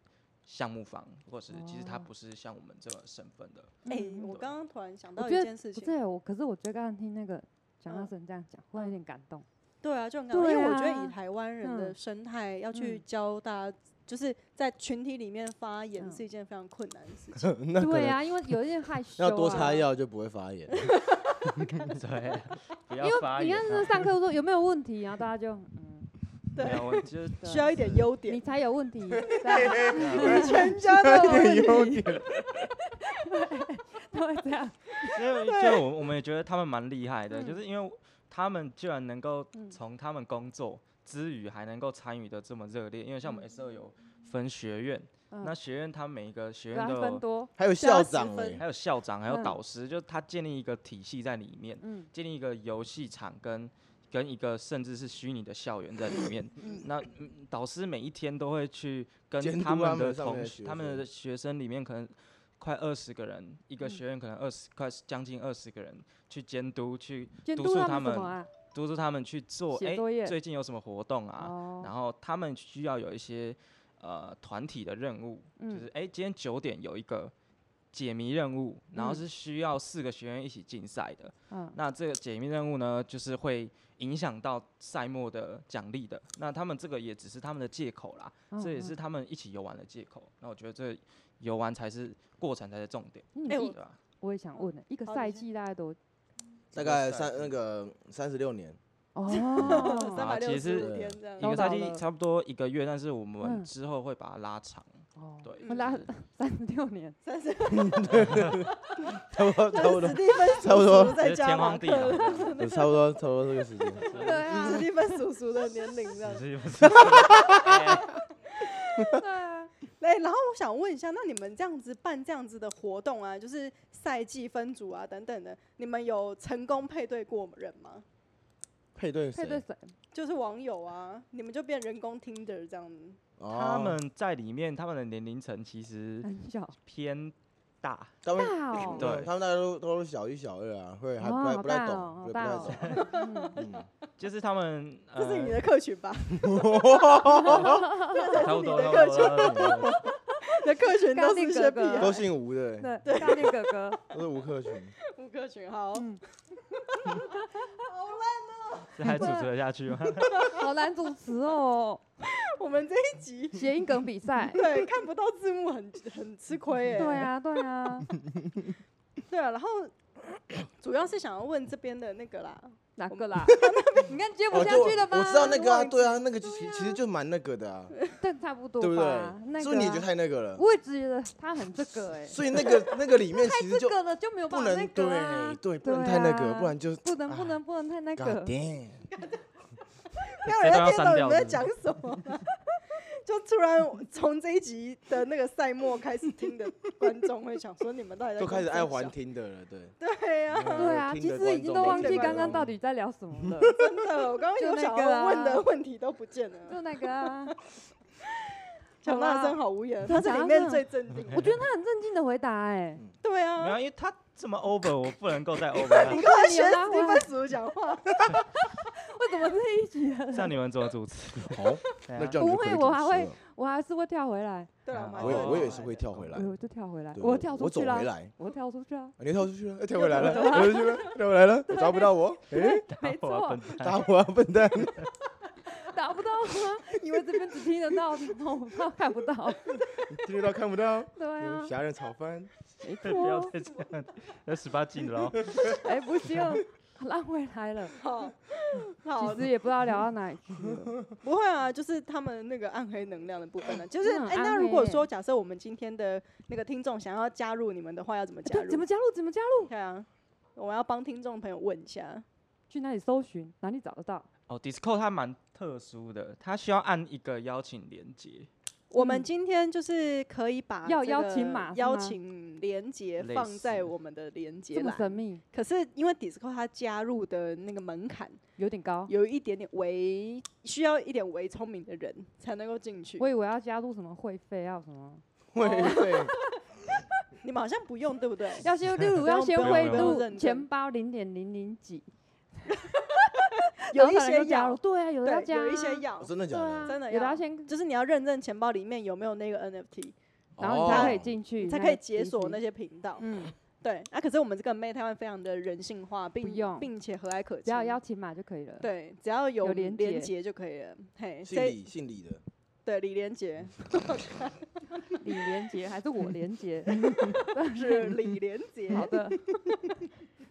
项目方，或是即使它哦不是像我们这个身 份的，哎、嗯我对刚刚突然想我到一觉得件事不情，对，我可是我觉得刚刚听那个蒋嗯老师这样讲，忽然有点感动。对啊，就很尴尬，对因为我觉得啊以台湾人的嗯生态要去嗯教大家，就是在群体里面发言嗯是一件非常困难的事情。那可对能啊，因为有一点害羞、啊。要多擦药就不会发炎，对， 不因要发为你言看是啊，上课说有没有问题，然后大家就嗯，没对，有，我就对啊需要一啊点优点你。才有问题。对啊你全家都有问题， 都会这样。 因为就我我们也觉得他们蛮厉害的，嗯就是因为他们居然能够嗯从他们工作之余还能够参与的这么热烈，因为像我们嗯 S 二有分学院，嗯那学院它每一个学对啊，院都分有，多，还有加校十长、分欸，还有校长，还有嗯导师，就是他建立一个体系在里面，嗯，建立一个游戏场跟跟一个甚至是虚拟的校园在里面。 那嗯导师每一天都会去跟监督他们他们的上面同的学、学他们的生学生里面可能快二十个人，一个嗯学院可能二十快将近二十个人去监督、去监督督促他他们什们么啊？督促他们去做。写哎、作业最近有什么活动啊？哦，然后他们需要有一些呃团体的任务，嗯就是哎、诶今天九点有一个解谜任务，然后嗯是需要四个学员一起竞赛的。嗯，那这个解谜任务呢，就是会影响到赛末的奖励的。那他们这个也只是他们的借口啦，嗯这也嗯是他们一起游玩的借口。那我觉得这游玩才是过程才是重点，嗯哎一我对吧？我也想问呢，一个好赛你先季大概多？大概三那个三十六年，三 哦啊百其六实十五天这样一都个赛到季了差不多一个月，但是我们嗯之后会把它拉长。哦，对我拉 就是三十六年，三十差不多，差那不是多史，蒂芬叔差不多叔在就是加天马荒地克老的， 差不多，差不多这个时间。 对啊史，蒂芬叔叔的年龄这样只。是不是 哎 对 啊， 哎，然后我想问一下，那你们这样子办这样子的活动啊，就是赛季分组啊等等的，你们有成功配对过人吗？配对配对谁？谁？就是网友啊，你们就变人工 Tinder 这样子。哦他们在里面，他们的年龄层其实很 小，偏大，他们大哦对他们大家都都是小一、小二啊， 会还不哦太好不太大哦懂，好对不大太哦懂。嗯嗯，就是他们这是你呃，的客群吧？你的个差不多差不多差不多。你的客群都干是定些哥屁哥啊孩嗯都，姓吴的欸， 对对，大力哥 哥，嗯都是吴克群。无客群好。好啦，这还主持得下 去吗？好难主持哦，我们这一集，谐音梗比赛 对看不到字幕很很吃亏哎。对啊对啊， 对啊，然后主要是想要问这边的那个啦，哪个啦？ 你看接不哦下就去了吧？我知道那个啊，忘记对啊，那个其实其实就蛮那个的啊，但差不多对不吧，那个对？所以你也啊觉得太那个了，我也觉得他很这 个哎，所以那个那个里面其实 这就个了就没有不办法能那个啊对，对，不对能太那个，啊不然就不能不啊能不能太那 God 个， damn，让人家听懂你们在讲什么 吗。就突然从这一集的那个赛末开始听的观众会想说，你们到底在都开始跟爱我还讲听的了，对。对呀、 对啊，听其的实观已经众都都忘听记的刚观刚众 到底在聊什么了，真的，我刚刚有就想那个要啊问的问题都不见了，就那个啊。讲大声好无言，他是里面最镇定的。我觉得他很正经的回答哎、对没有，啊，因为他这么 over，我不能够再 over 你了。跟他学史蒂芬叔讲话，为什么这一集啊的这样你们怎么主持？好，对啊那这样你不就可以会主我还持会了我还是会跳回来，对啊，啊我也哦我也是会跳回来我，我哎就跳回来，对嗯我跳出我走去了回，来，啊我跳出去啊 了，你跳出去了，哎跳回来了， 跳出去了，跳回 来了，我抓不到我，哎，没我要错笨，蛋打我啊，笨 蛋！打不到啊，以为这边只听得到，我 不知道看不啊到，听得到看不到，嗯对啊，侠人炒饭，没 不要错，再这样，要十八禁的哦喽。哎、不行，拉回来了，好，好其，实也不知道聊到 哪里去了，不会啊，就是他们那个暗黑能量的部分呢、就是真的哎、很那嗯暗如果黑耶说假设我们今天的那个听众想要加入你们的话，要怎么加对，入？怎么加入？怎么加入？对啊，我们要帮听众朋友问一嗯下。去哪里搜寻？哪里找得到？哦，Discord 它蛮特殊的，它需要按一个邀请连接，我们嗯今天就是可以把要这邀个请码是邀吗请连接类放在似我们的连接这么神栏，秘，可是因为 Discord 它加入的那个门槛有点高。有一点点微，需要一点微聪明的人才能够进去我。以为要加入什么会费，要什么？会会，你们好像不用对不对？ 要先例如 不要用先不用汇不用入认钱真包零点零零 几，然有后一才能些够加要入，，对啊，有的要对，加啊，有一些要，哦真的假对啊，的？真的有的要要先，就是你要认证钱包里面有没有那个 NFT，然后你才可以哦进去，你才那可以个解机锁制那些频道。嗯，对，啊那、可是我们这个 Meta One 非常的人性化，并用并且和蔼可亲，只要邀请码就可以了。，对，只要有有连连结接就可以了。嘿，姓谁李，姓李的，对李连 杰李连杰还是 我连杰？是李连杰，好 的，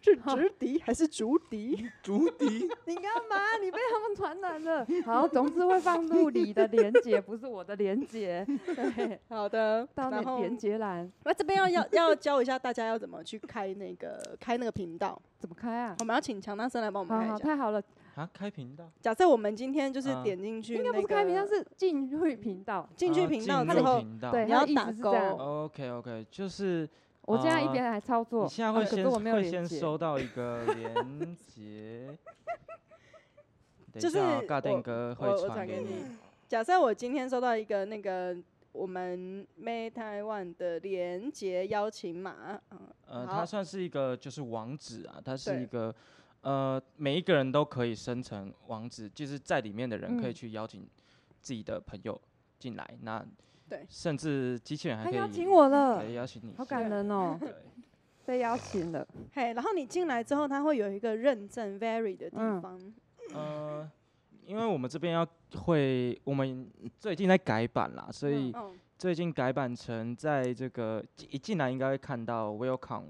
是直笛还是竹 笛？竹笛，你干嘛？你被他们传染了。好，总之会放入你的连接，不是我的连接。 对，好的，到然那后连接栏那这边要要要教一下大家要怎么去开那个开那个频道，怎么开啊？我们要请强大生来帮我们好好，开一下。太好了，啊，开频道，假设我们今天就是嗯点进去、应那个，该不是开屏，它是进入频道。进去哦频道进之入后，频道对，你它要的意打思是勾这样。 ，OK OK，就是我这样一呃边来操作，你现在啊会可先是我没有会连先接 收到一个连接，等就一下哦是尬我电哥我会我传传给给你。假设我今天收到一个那个我们 Made Taiwan 的连接邀请码，嗯，呃，好它算是一个就是网址啊，它是对一个呃，每一个人都可以生成网址，就是在里面的人可以嗯去邀请自己的朋友进来，那对甚至机器人还他可以邀请我了可，以邀请你，好感人哦，对，被邀请了。嘿，然后你进来之后，它会有一个认证 Very 的地嗯方，呃，因为我们这边要会，我们最近在改版啦，所以嗯，最近改版成在这个一进来应该会看到 Welcome，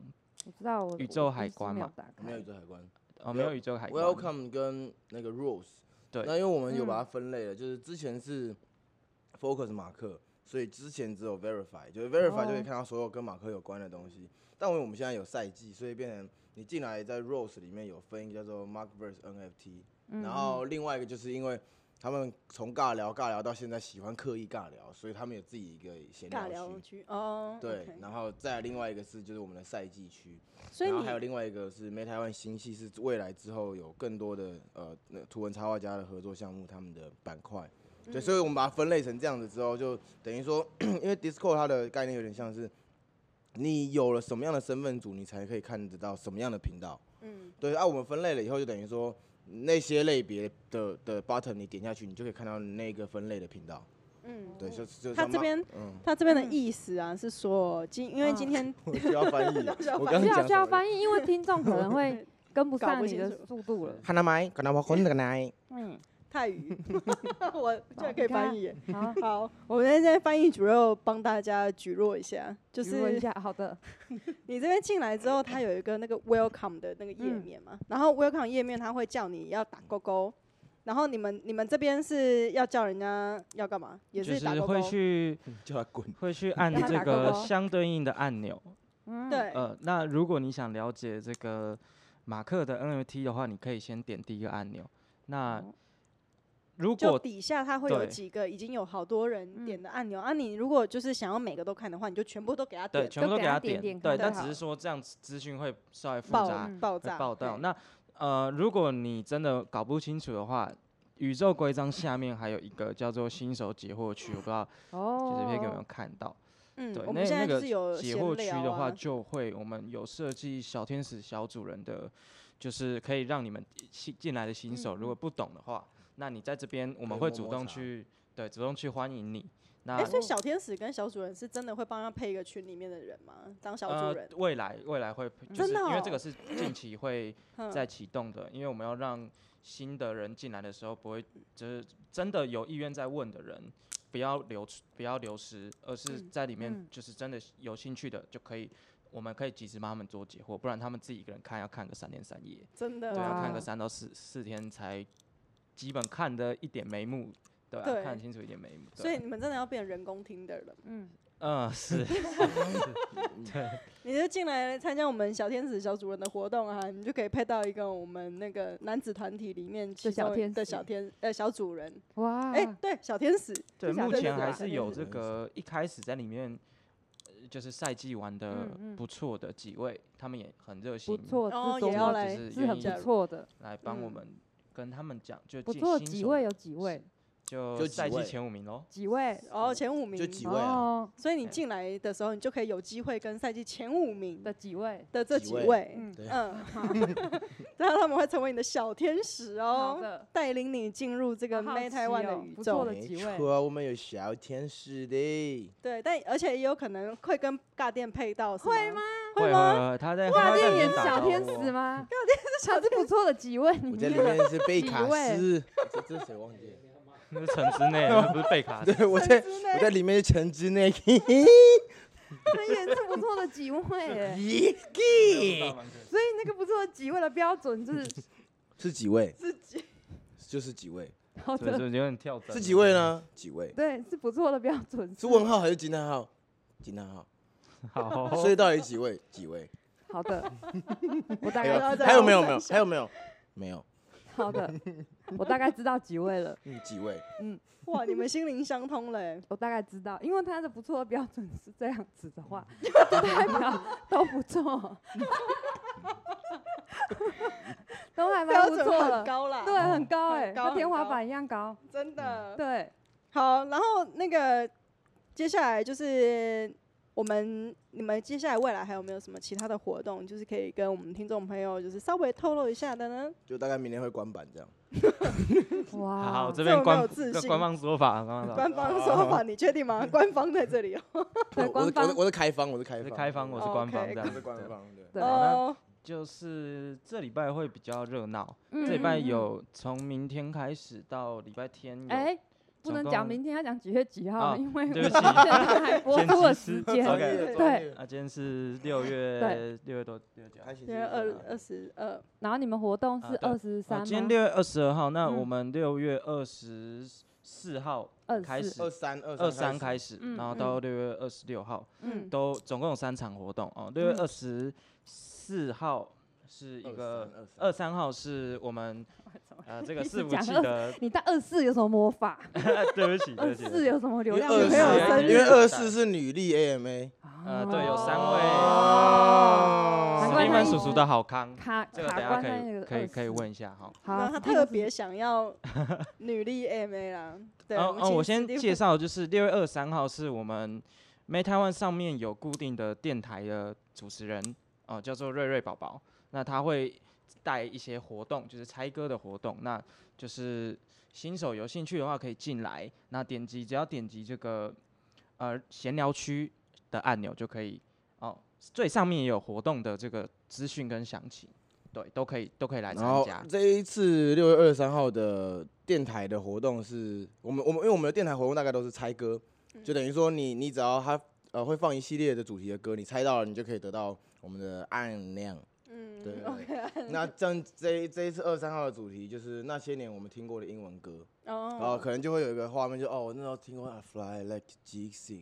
我知道我宇宙我海一时关没有嘛打开没有宇宙海关哦，没有宇宙海关，Welcome 跟那个 Rose，对那因为我们有把嗯它分类了，就是之前是 Focus 马克，所以之前只有 Verify，就是 Verify 就可以哦看到所有跟马克有关的东西，但因为我们现在有赛季，所以变成你进来在 Rose 里面有分一个叫做 Markverse NFT，、嗯然后另外一个就是因为他们从尬聊尬聊到现在喜欢刻意尬聊，所以他们有自己一个闲尬聊聊区。区哦，对 OK 然后再来另外一个是就是我们的赛季区，所以然你后还有另外一个是 Meta 湾星系，是未来之后有更多的呃那图文插画家的合作项目，他们的板块。嗯对，所以我们把它分类成这样子之后，就等于说，因为 Discord 它的概念有点像是，你有了什么样的身份组，你才可以看得到什么样的频道。嗯对，啊，我们分类了以后，就等于说那些类别的的 button 你点下去，你就可以看到那个分类的频道。嗯，对，就就他像这嘛边嗯，他这边的意思啊是说今因为嗯今天我需要翻 译 需要，我翻刚需刚要讲需要翻译，因为听众可能会跟不搞上不你清的楚速度了。看到没？看到我混的奶。嗯，泰语，我居然可以翻译耶。好，好，我们现在翻译主任帮大家举弱一下，就询问一是下，好的，你这边进来之后，它有一个那个 welcome 的那个页嗯面嘛，然后 welcome 页面它会叫你要打勾勾，然后你们你们这边是要叫人家要干嘛？也就是打勾勾会。去 叫他滚。会去 按让他这打勾个勾相对应的按钮。嗯，对，呃，那如果你想了解这个马克的 NFT 的话，你可以先点第一个按钮。那哦如就果底下它会有对几个已经有好多人嗯点的按钮、啊，你如果就是想要每个都看的话，你就全部都给他对点全部都都给给他他点点看对，但就只好是说这样子资讯会稍微复爆杂，嗯爆会炸报道。嘿那呃，如果你真的搞不清楚的话，宇宙规章下面还有一个叫做新手解惑区，我不知道哦，姐姐片有没有看到。嗯对，，我那们现那在就个是有解闲惑区聊的话，啊就会我们有设计小天使小主人的，就是可以让你们新进来的嗯新手，如果不懂的话，那你在这边我可以们会摸主摸动茶去对主动去欢迎你。那、哎、所以小天使跟小主人是真的会帮他配一个群里面的人吗？当小主人呃，，未来未来会就真是的因为这哦个是 近期会嗯在启动的，因为我们要让新的人进来的时候不会，就是真的有意愿在问的人，不要流出，不要流失，而是嗯在里面嗯就是真的有兴趣的就可以，我们可以及时帮他们做解惑，不然他们自己一个人看要看个三天三夜，真的啊对，要看哇呃个三到四四天才基本看的一点眉目，对啊，看对得清楚一点眉目，所以对啊你们真的要变人工听的人了。嗯，嗯是你就进来参加我们小天使小主人的活动啊，你就可以配到一个我们那个男子团体里面其小中天的使啊小天呃小主人。哇，哎、对，小天使，对，就想目认前识还吧是有这个一开始在里面，呃就是赛季玩的嗯嗯不错的几位，他们也很热心，不错，哦是中也要就文来是是愿很意加不入错的，来帮我嗯们跟他们讲，就不进错，新几手位有哦几位？就就赛几季位前五名喽。几位？嗯哦，前五名，就几位啊哦所以你对进来的时候，你就可以有机会跟赛季前五名的几位？的这几几位位，嗯，对嗯， 然后他们会成为你的小天使好哦，的，带领你进入这个好好 Meta 奇 One 的哦宇不宙错。的没几位错，我们有小天使的。对，但而且也有可能会跟尬店配到，是会吗？会会吗会，他在挂他在电里也面是打小招天呼使 哦吗？还是不错的几位里我在里面，面是贝卡斯，这这谁忘记了？那是城之 内，那不是贝卡 斯。对，我在我在里面是橙汁那个。他们也是不错的几位耶。咦所以那个不错的几位的标准就是是几位？自己就是几位？好所以的，就有点跳针。是几位？呢？几位？对，是不错的标准。是问号还是惊叹号？惊叹号。 好，所以到底几位？几位？好的，我大还概要有再还有没有往没有上还有没有？ 没有，好的，我大概知道几位了，嗯，几位？哇，你们心灵相通嘞！ 我大概知道，因为他的不错的标准是这样子的话，就代表都不错， 都还蛮标啊不准错很的，高啦，对，很高哎、很高跟天很花高板一样高，真的。对，好，然后那个接下来就是我们你们接下来未来还有没有什么其他的活动，就是可以跟我们听众朋友就是稍微透露一下的呢？就大概明天会关板这样。哇，好，这这边么没官有自官信官方说法，官方说法。官方说法，你确定嗯吗？官方在这里哦。 对我官是我是方我是开方，我是开我是方，哦开方，我是官方， OK，这样我子是官对方，对。对好那哦，就是这礼拜会比较热闹，嗯这礼拜嗯嗯有从明天开始到礼拜天有哎、不能总讲共明天，要讲几月几号，啊因为我对们现不起在 还播先出的及时时间。专业对专业啊，今天是六月对六月多六月几号？开心因为二二十二，然后你们活动啊是对二十三啊吗？今天六月二十二号，那嗯我们六月二十四号二开四始二，三二二三开开始，始，嗯然后嗯到六月二十六号，嗯都总共有三场活动哦。六月嗯二十四号是一个，二二三号是我们呃 这个一直伺服讲器二的， 你到二四有什么魔法？对不起，对二不起，四有什么流量？因为二有四没有生因为日二四是女力 AMA，呃对有三位哦难怪他史蒂芬一叔直叔的好康，卡这个卡大家哦关可在那以个可以可以24问一下哈。好然后他特别想要女力 M A 啦。对，嗯嗯，请我史先蒂介夫绍，就是六月二三号是我们 Meta One 上面有固定的电台的主持人哦、叫做瑞瑞宝宝。那他会带一些活动，就是猜歌的活动。那就是新手有兴趣的话可以进来，那点击只要点击这个呃闲聊区的按钮就可以哦，最上面也有活动的这个资讯跟详情，对，都可以都可以来然后参加。这一次六月二十三号的电台的活动是我们我们因为我们的电台活动大概都是猜歌，就等于说你你只要他呃会放一系列的主题的歌，你猜到了你就可以得到我们的暗量。嗯对对对 OK 啊那这样这一这一次二三号的主题就是那些年我们听过的英文歌，然后哦，可能就会有一个画面就，哦，我那时候听过《I Fly Like G Six》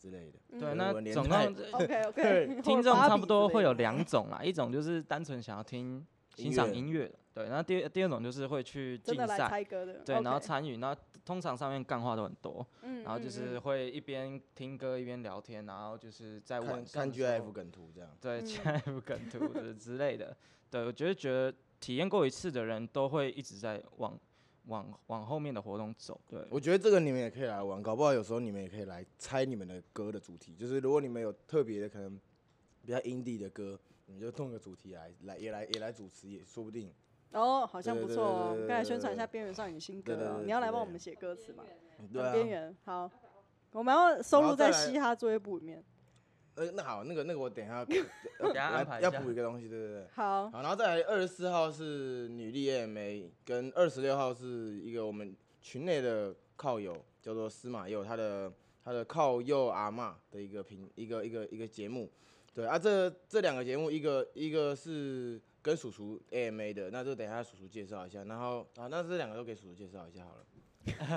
之类的。对，嗯那我连总带共这 OK 对 OK，听众差不多会有两种啦，一种就是单纯想要听欣赏音乐音乐的，对，然后第二第二种就是会去真竞的来赛，猜歌的，对，然后 OK，参与，然后通常上面干话都很多，嗯然后就嗯是嗯会一边听歌一边聊天，然后就是在看问看 GIF 梗图这样。对嗯 GIF 梗图 之之类的，对我觉得觉得体验过一次的人都会一直在往往往后面的活动走，对，我觉得这个你们也可以来玩，搞不好有时候你们也可以来猜你们的歌的主题。就是如果你们有特别的可能比较 indie 的歌，你们就弄个主题来来也来也来主持也说不定。哦，好像对不对错对哦。对我们对刚才对宣传对一下《边缘少女》新歌对对哦，对你要之来帮类我的们写歌词吗？对啊，边缘好，我们要收然录后在再来嘻哈作业簿里面。呃，那好，那个那个我等一下 等下安排要一要下补一个东西，对对对。 好，好，然后再来二十四号是女力 AMA，跟二十六号是一个我们群内的靠友，叫做司马佑，他的他的靠右阿嬷的一个频一个一个一个节目。对啊这，这两个节目，一个一个是跟叔叔 AMA 的，那就等一下叔叔介绍一下，然后啊，那这两个都给叔叔介绍一下 好了。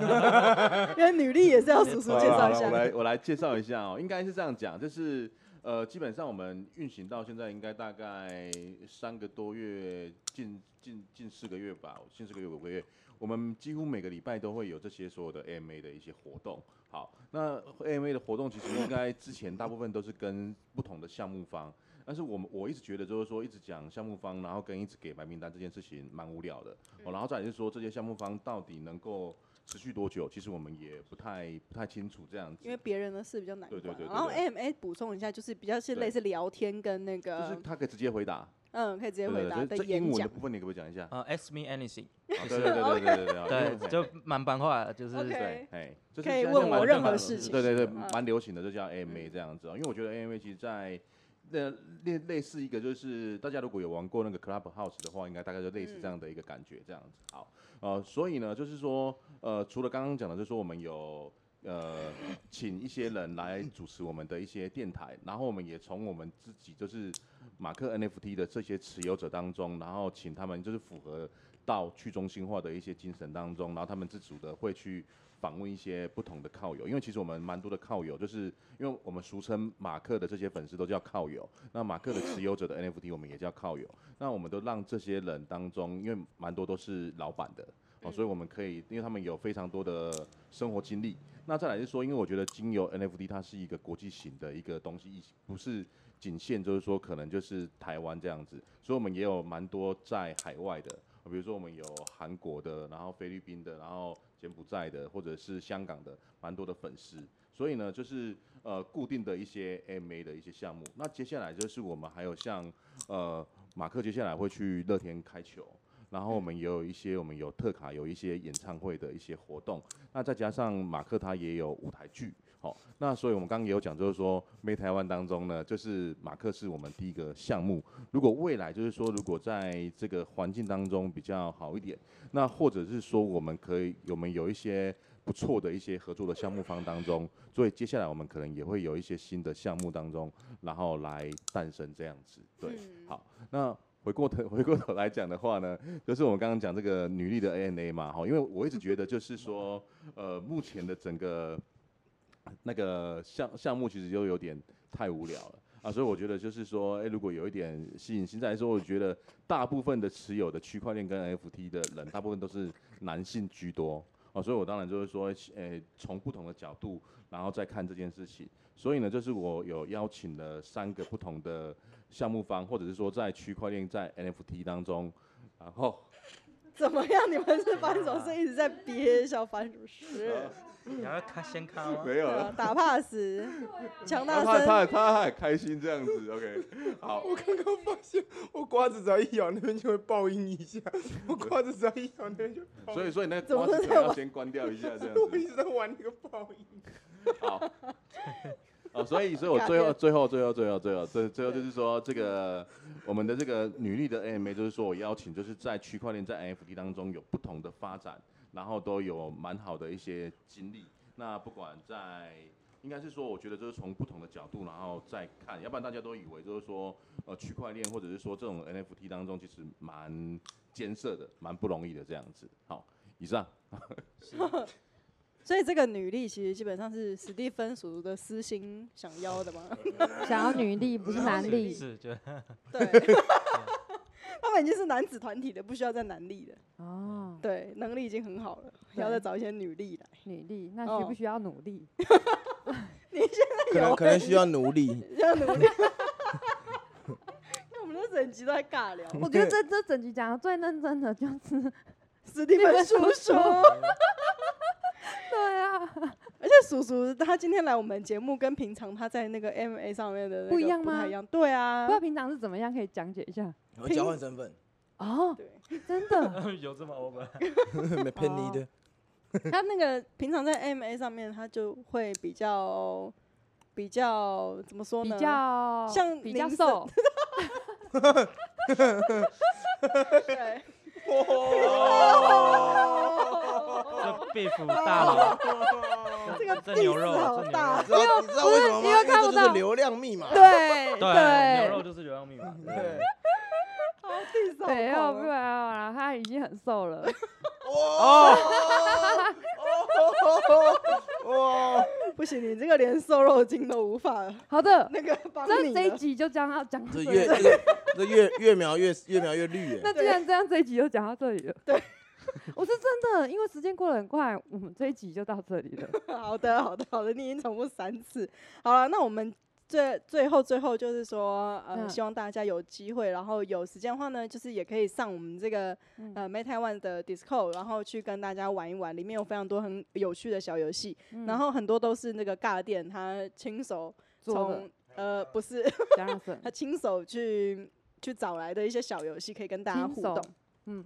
因为女力也是要叔叔啊好介了好绍一了下。我来我来介绍一下哦，应该是这样讲，就是呃，基本上我们运行到现在应该大概三个多月，近近近四个月吧，近四个月五个月，我们几乎每个礼拜都会有这些所有的 AMA 的一些活动。好，那 AMA 的活动其实应该之前大部分都是跟不同的项目方。但是我们我一直觉得就是说，一直讲项目方，然后跟一直给白名单这件事情蛮无聊的。哦，然后再来就是说，这些项目方到底能够持续多久，其实我们也不太不太清楚这样子。因为别人的事比较难对对管对啊，对然后对 AMA 补充一下，就是比较是对类似聊天跟那就是个，他可以直接回答，嗯，可以直接对回对答对，的这英演文的讲。部分你可不可以讲一下？呃，Ask me anything，对对对对对对对，对英文，就蛮版话的，就是 OK 对，哎，就是可以现在问蛮我流任行何的事情对对对，嗯蛮流行的，就叫 AMA 这样子哦。因为我觉得 AMA 其实在那类类似一个，就是大家如果有玩过那个 Clubhouse 的话，应该大概就类似这样的一个感觉这样子。好，呃，所以呢，就是说，呃，除了刚刚讲的，就是说我们有。呃，请一些人来主持我们的一些电台，然后我们也从我们自己就是马克 NFT 的这些持有者当中，然后请他们就是符合到去中心化的一些精神当中，然后他们自主的会去访问一些不同的靠友，因为其实我们蛮多的靠友，就是因为我们俗称马克的这些粉丝都叫靠友，那马克的持有者的 NFT 我们也叫靠友，那我们都让这些人当中，因为蛮多都是老板的。哦，所以我们可以，因为他们有非常多的生活经历。那再来就是说，因为我觉得精油 NFT 它是一个国际型的一个东西，不是仅限就是说可能就是台湾这样子，所以我们也有蛮多在海外的，哦比如说我们有韩国的，然后菲律宾的，然后柬埔寨的，或者是香港的，蛮多的粉丝。所以呢，就是呃固定的一些 MA 的一些项目。那接下来就是我们还有像呃马克接下来会去乐天开球。然后我们也有一些，我们有特卡，有一些演唱会的一些活动。那再加上马克他也有舞台剧，好、那所以我们刚刚也有讲，就是说 m a 台湾当中呢，就是马克是我们第一个项目。如果未来就是说，如果在这个环境当中比较好一点，那或者是说我们可以我们有一些不错的一些合作的项目方当中，所以接下来我们可能也会有一些新的项目当中，然后来诞生这样子。对，嗯好，那回过头 回过头来讲的话呢，就是我们刚刚讲这个女力的 ANA 嘛，哈，因为我一直觉得就是说，呃，目前的整个那个项项目其实就有点太无聊了啊，所以我觉得就是说，哎、如果有一点吸引性，再来说，我觉得大部分的持有的区块链跟 NFT 的人，大部分都是男性居多。哦，所以我当然就是说，呃，从不同的角度，然后再看这件事情。所以呢，就是我有邀请了三个不同的项目方，或者是说在区块链在 NFT 当中，然后怎么样？你们 是发生什么事？一直在憋笑，发生什么事？你要看先 看吗？ 没有对啊了。打 pass，强大他他声，他他很开心这样子，OK，好， 我刚刚发现，我瓜子只要一咬，那边就会爆音一下；我瓜子只要一咬，那边就爆音。所以所以那怎个么瓜子会可能在要玩先关掉一下这样我一子，直在玩那个爆音。好，哦，所以所以我最后最后最后最后最后最最后就是说这个我们的这个女力的 AMA，就是说我邀请就是在区块链在 NFT 当中有不同的发展，然后都有蛮好的一些经历。那不管在应该是说，我觉得就是从不同的角度，然后再看，要不然大家都以为就是说，呃，区块链或者是说这种 NFT 当中，其实蛮艰涩的，蛮不容易的这样子。好，以上所以这个女力其实基本上是史蒂芬所属的私心想要的嘛。想要女力不是男是力是，就 对，他们已经是男子团体了，不需要再男力了。哦，对，能力已经很好了，要再找一些女力来。 女力那需不哦需要努力？可能可能需要奴隶。要努力。 那我们这整集都在尬聊，我觉得这这整集讲的最认真的就是，史蒂芬叔你们叔叔叔，对啊， 而且叔叔他今天来我们节目，跟平常他在那个 M A 上面的那个不一样不太吗一样，对啊不知，道平常是怎么样，可以讲解一下我交换身份，哦，对。真 的 有这么 over？没骗你 的。他那个 平常在 M A 上面，他就会比较比较怎么说比呢？较像比较 林瘦，对，哦这 beef 大 佬，这哦这个这牛肉 diss 好这牛大肉知道你知道为什么吗？因为因为这看不就是到流量密码。对对，牛肉就是流量密码。嗯对，没有不然啊，他已经很瘦了，哇哦哇！不行，你这个连瘦肉精都无法好的，那个帮那你这一了。集就讲到讲到这里越这个这越越描越越描越绿那哎。既然这样，这一集就讲到这里了。对，我是真的，因为时间过得很快，我们这一集就到这里 了。好的，好的，好的，你已经重复三次。好了，那我们最最后最后就是说，呃，嗯希望大家有机会，然后有时间的话呢，就是也可以上我们这个嗯呃 Meta One 的 Discord，然后去跟大家玩一玩，里面有非常多很有趣的小游戏，然后很多都是那个尬店他亲手做的从呃不是加上神他亲手去去找来的一些小游戏，可以跟大家亲互手动。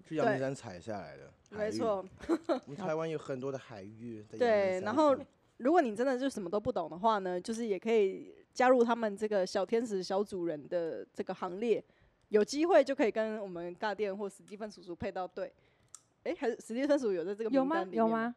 去阳明山采下来的，海没芋错，我们台湾有很多的海域。在阳明对山然后上如果你真的就什么都不懂的话呢，就是也可以加入他们这个小天使小主人的这个行列，有机会就可以跟我们尬店或史蒂芬叔叔配到对。哎，还是史蒂芬叔叔有在这个有名吗单？里有面？吗？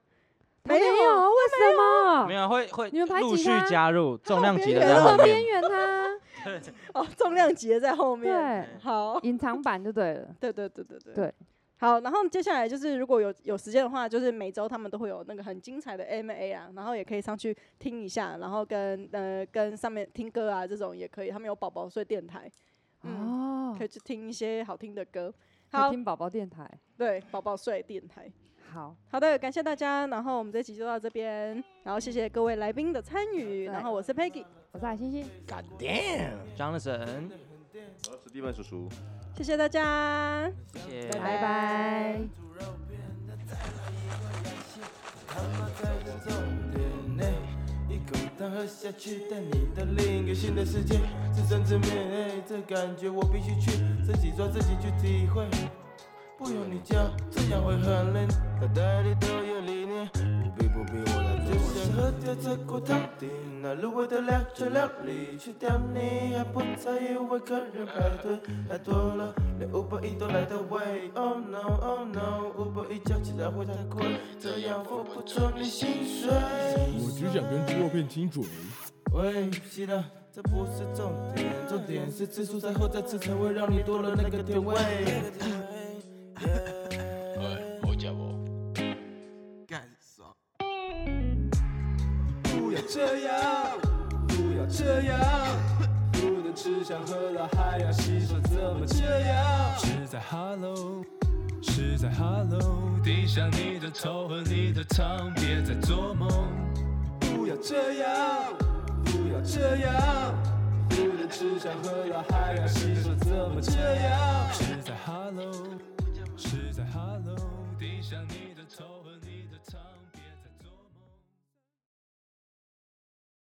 没有，有为什么？没有会会你们排挤陆续他加入重量级的边缘在了后面边，缘他，哦，重量级的在后面。对，好，隐藏版就对了。对对对对对对。好，然后接下来就是如果有有时间的话，就是每周他们都会有那个很精彩的 M A 啊，然后也可以上去听一下，然后跟呃跟上面听歌啊这种也可以，他们有宝宝睡电台，嗯，哦可，以去听一些好听的歌。可以好，听宝宝电台。对，宝宝睡电台。好，好的，感谢大家，然后我们这期就到这边，然后谢谢各位来宾的参对与，然后我是 Peggy，我是海星星。 God damn！ Jonathan，我是蒂芬叔叔。谢谢大家。谢谢，拜拜拜。他妈才是重点呢、一口汤喝下去，带你到另一个新的世界，自生自灭、哎这感觉我必须去自己抓自己去体会，不用你教，这样会很累，脑袋里都有理念，不必不必我来做，就想喝掉这锅汤底，那入味的料就料理，去掉你还不在意为客人排队，太多了，连五百亿都来的味，Oh no Oh no，五百亿加起来会太贵，这样付不出你薪水。我只想跟猪肉变亲嘴。喂，是的，这不是重点，重点是次数在后再次才会让你多了那个甜味。干爽！不要这样，不要这样，不能吃香喝辣还要嬉笑，怎么这样？是在 Hello，是在 Hello，低下你的头和你的糖，别再做梦。不要这样，不要这样，不能吃香喝辣还要嬉笑，怎么这样？是在 Hello，是在 Hello，低下你。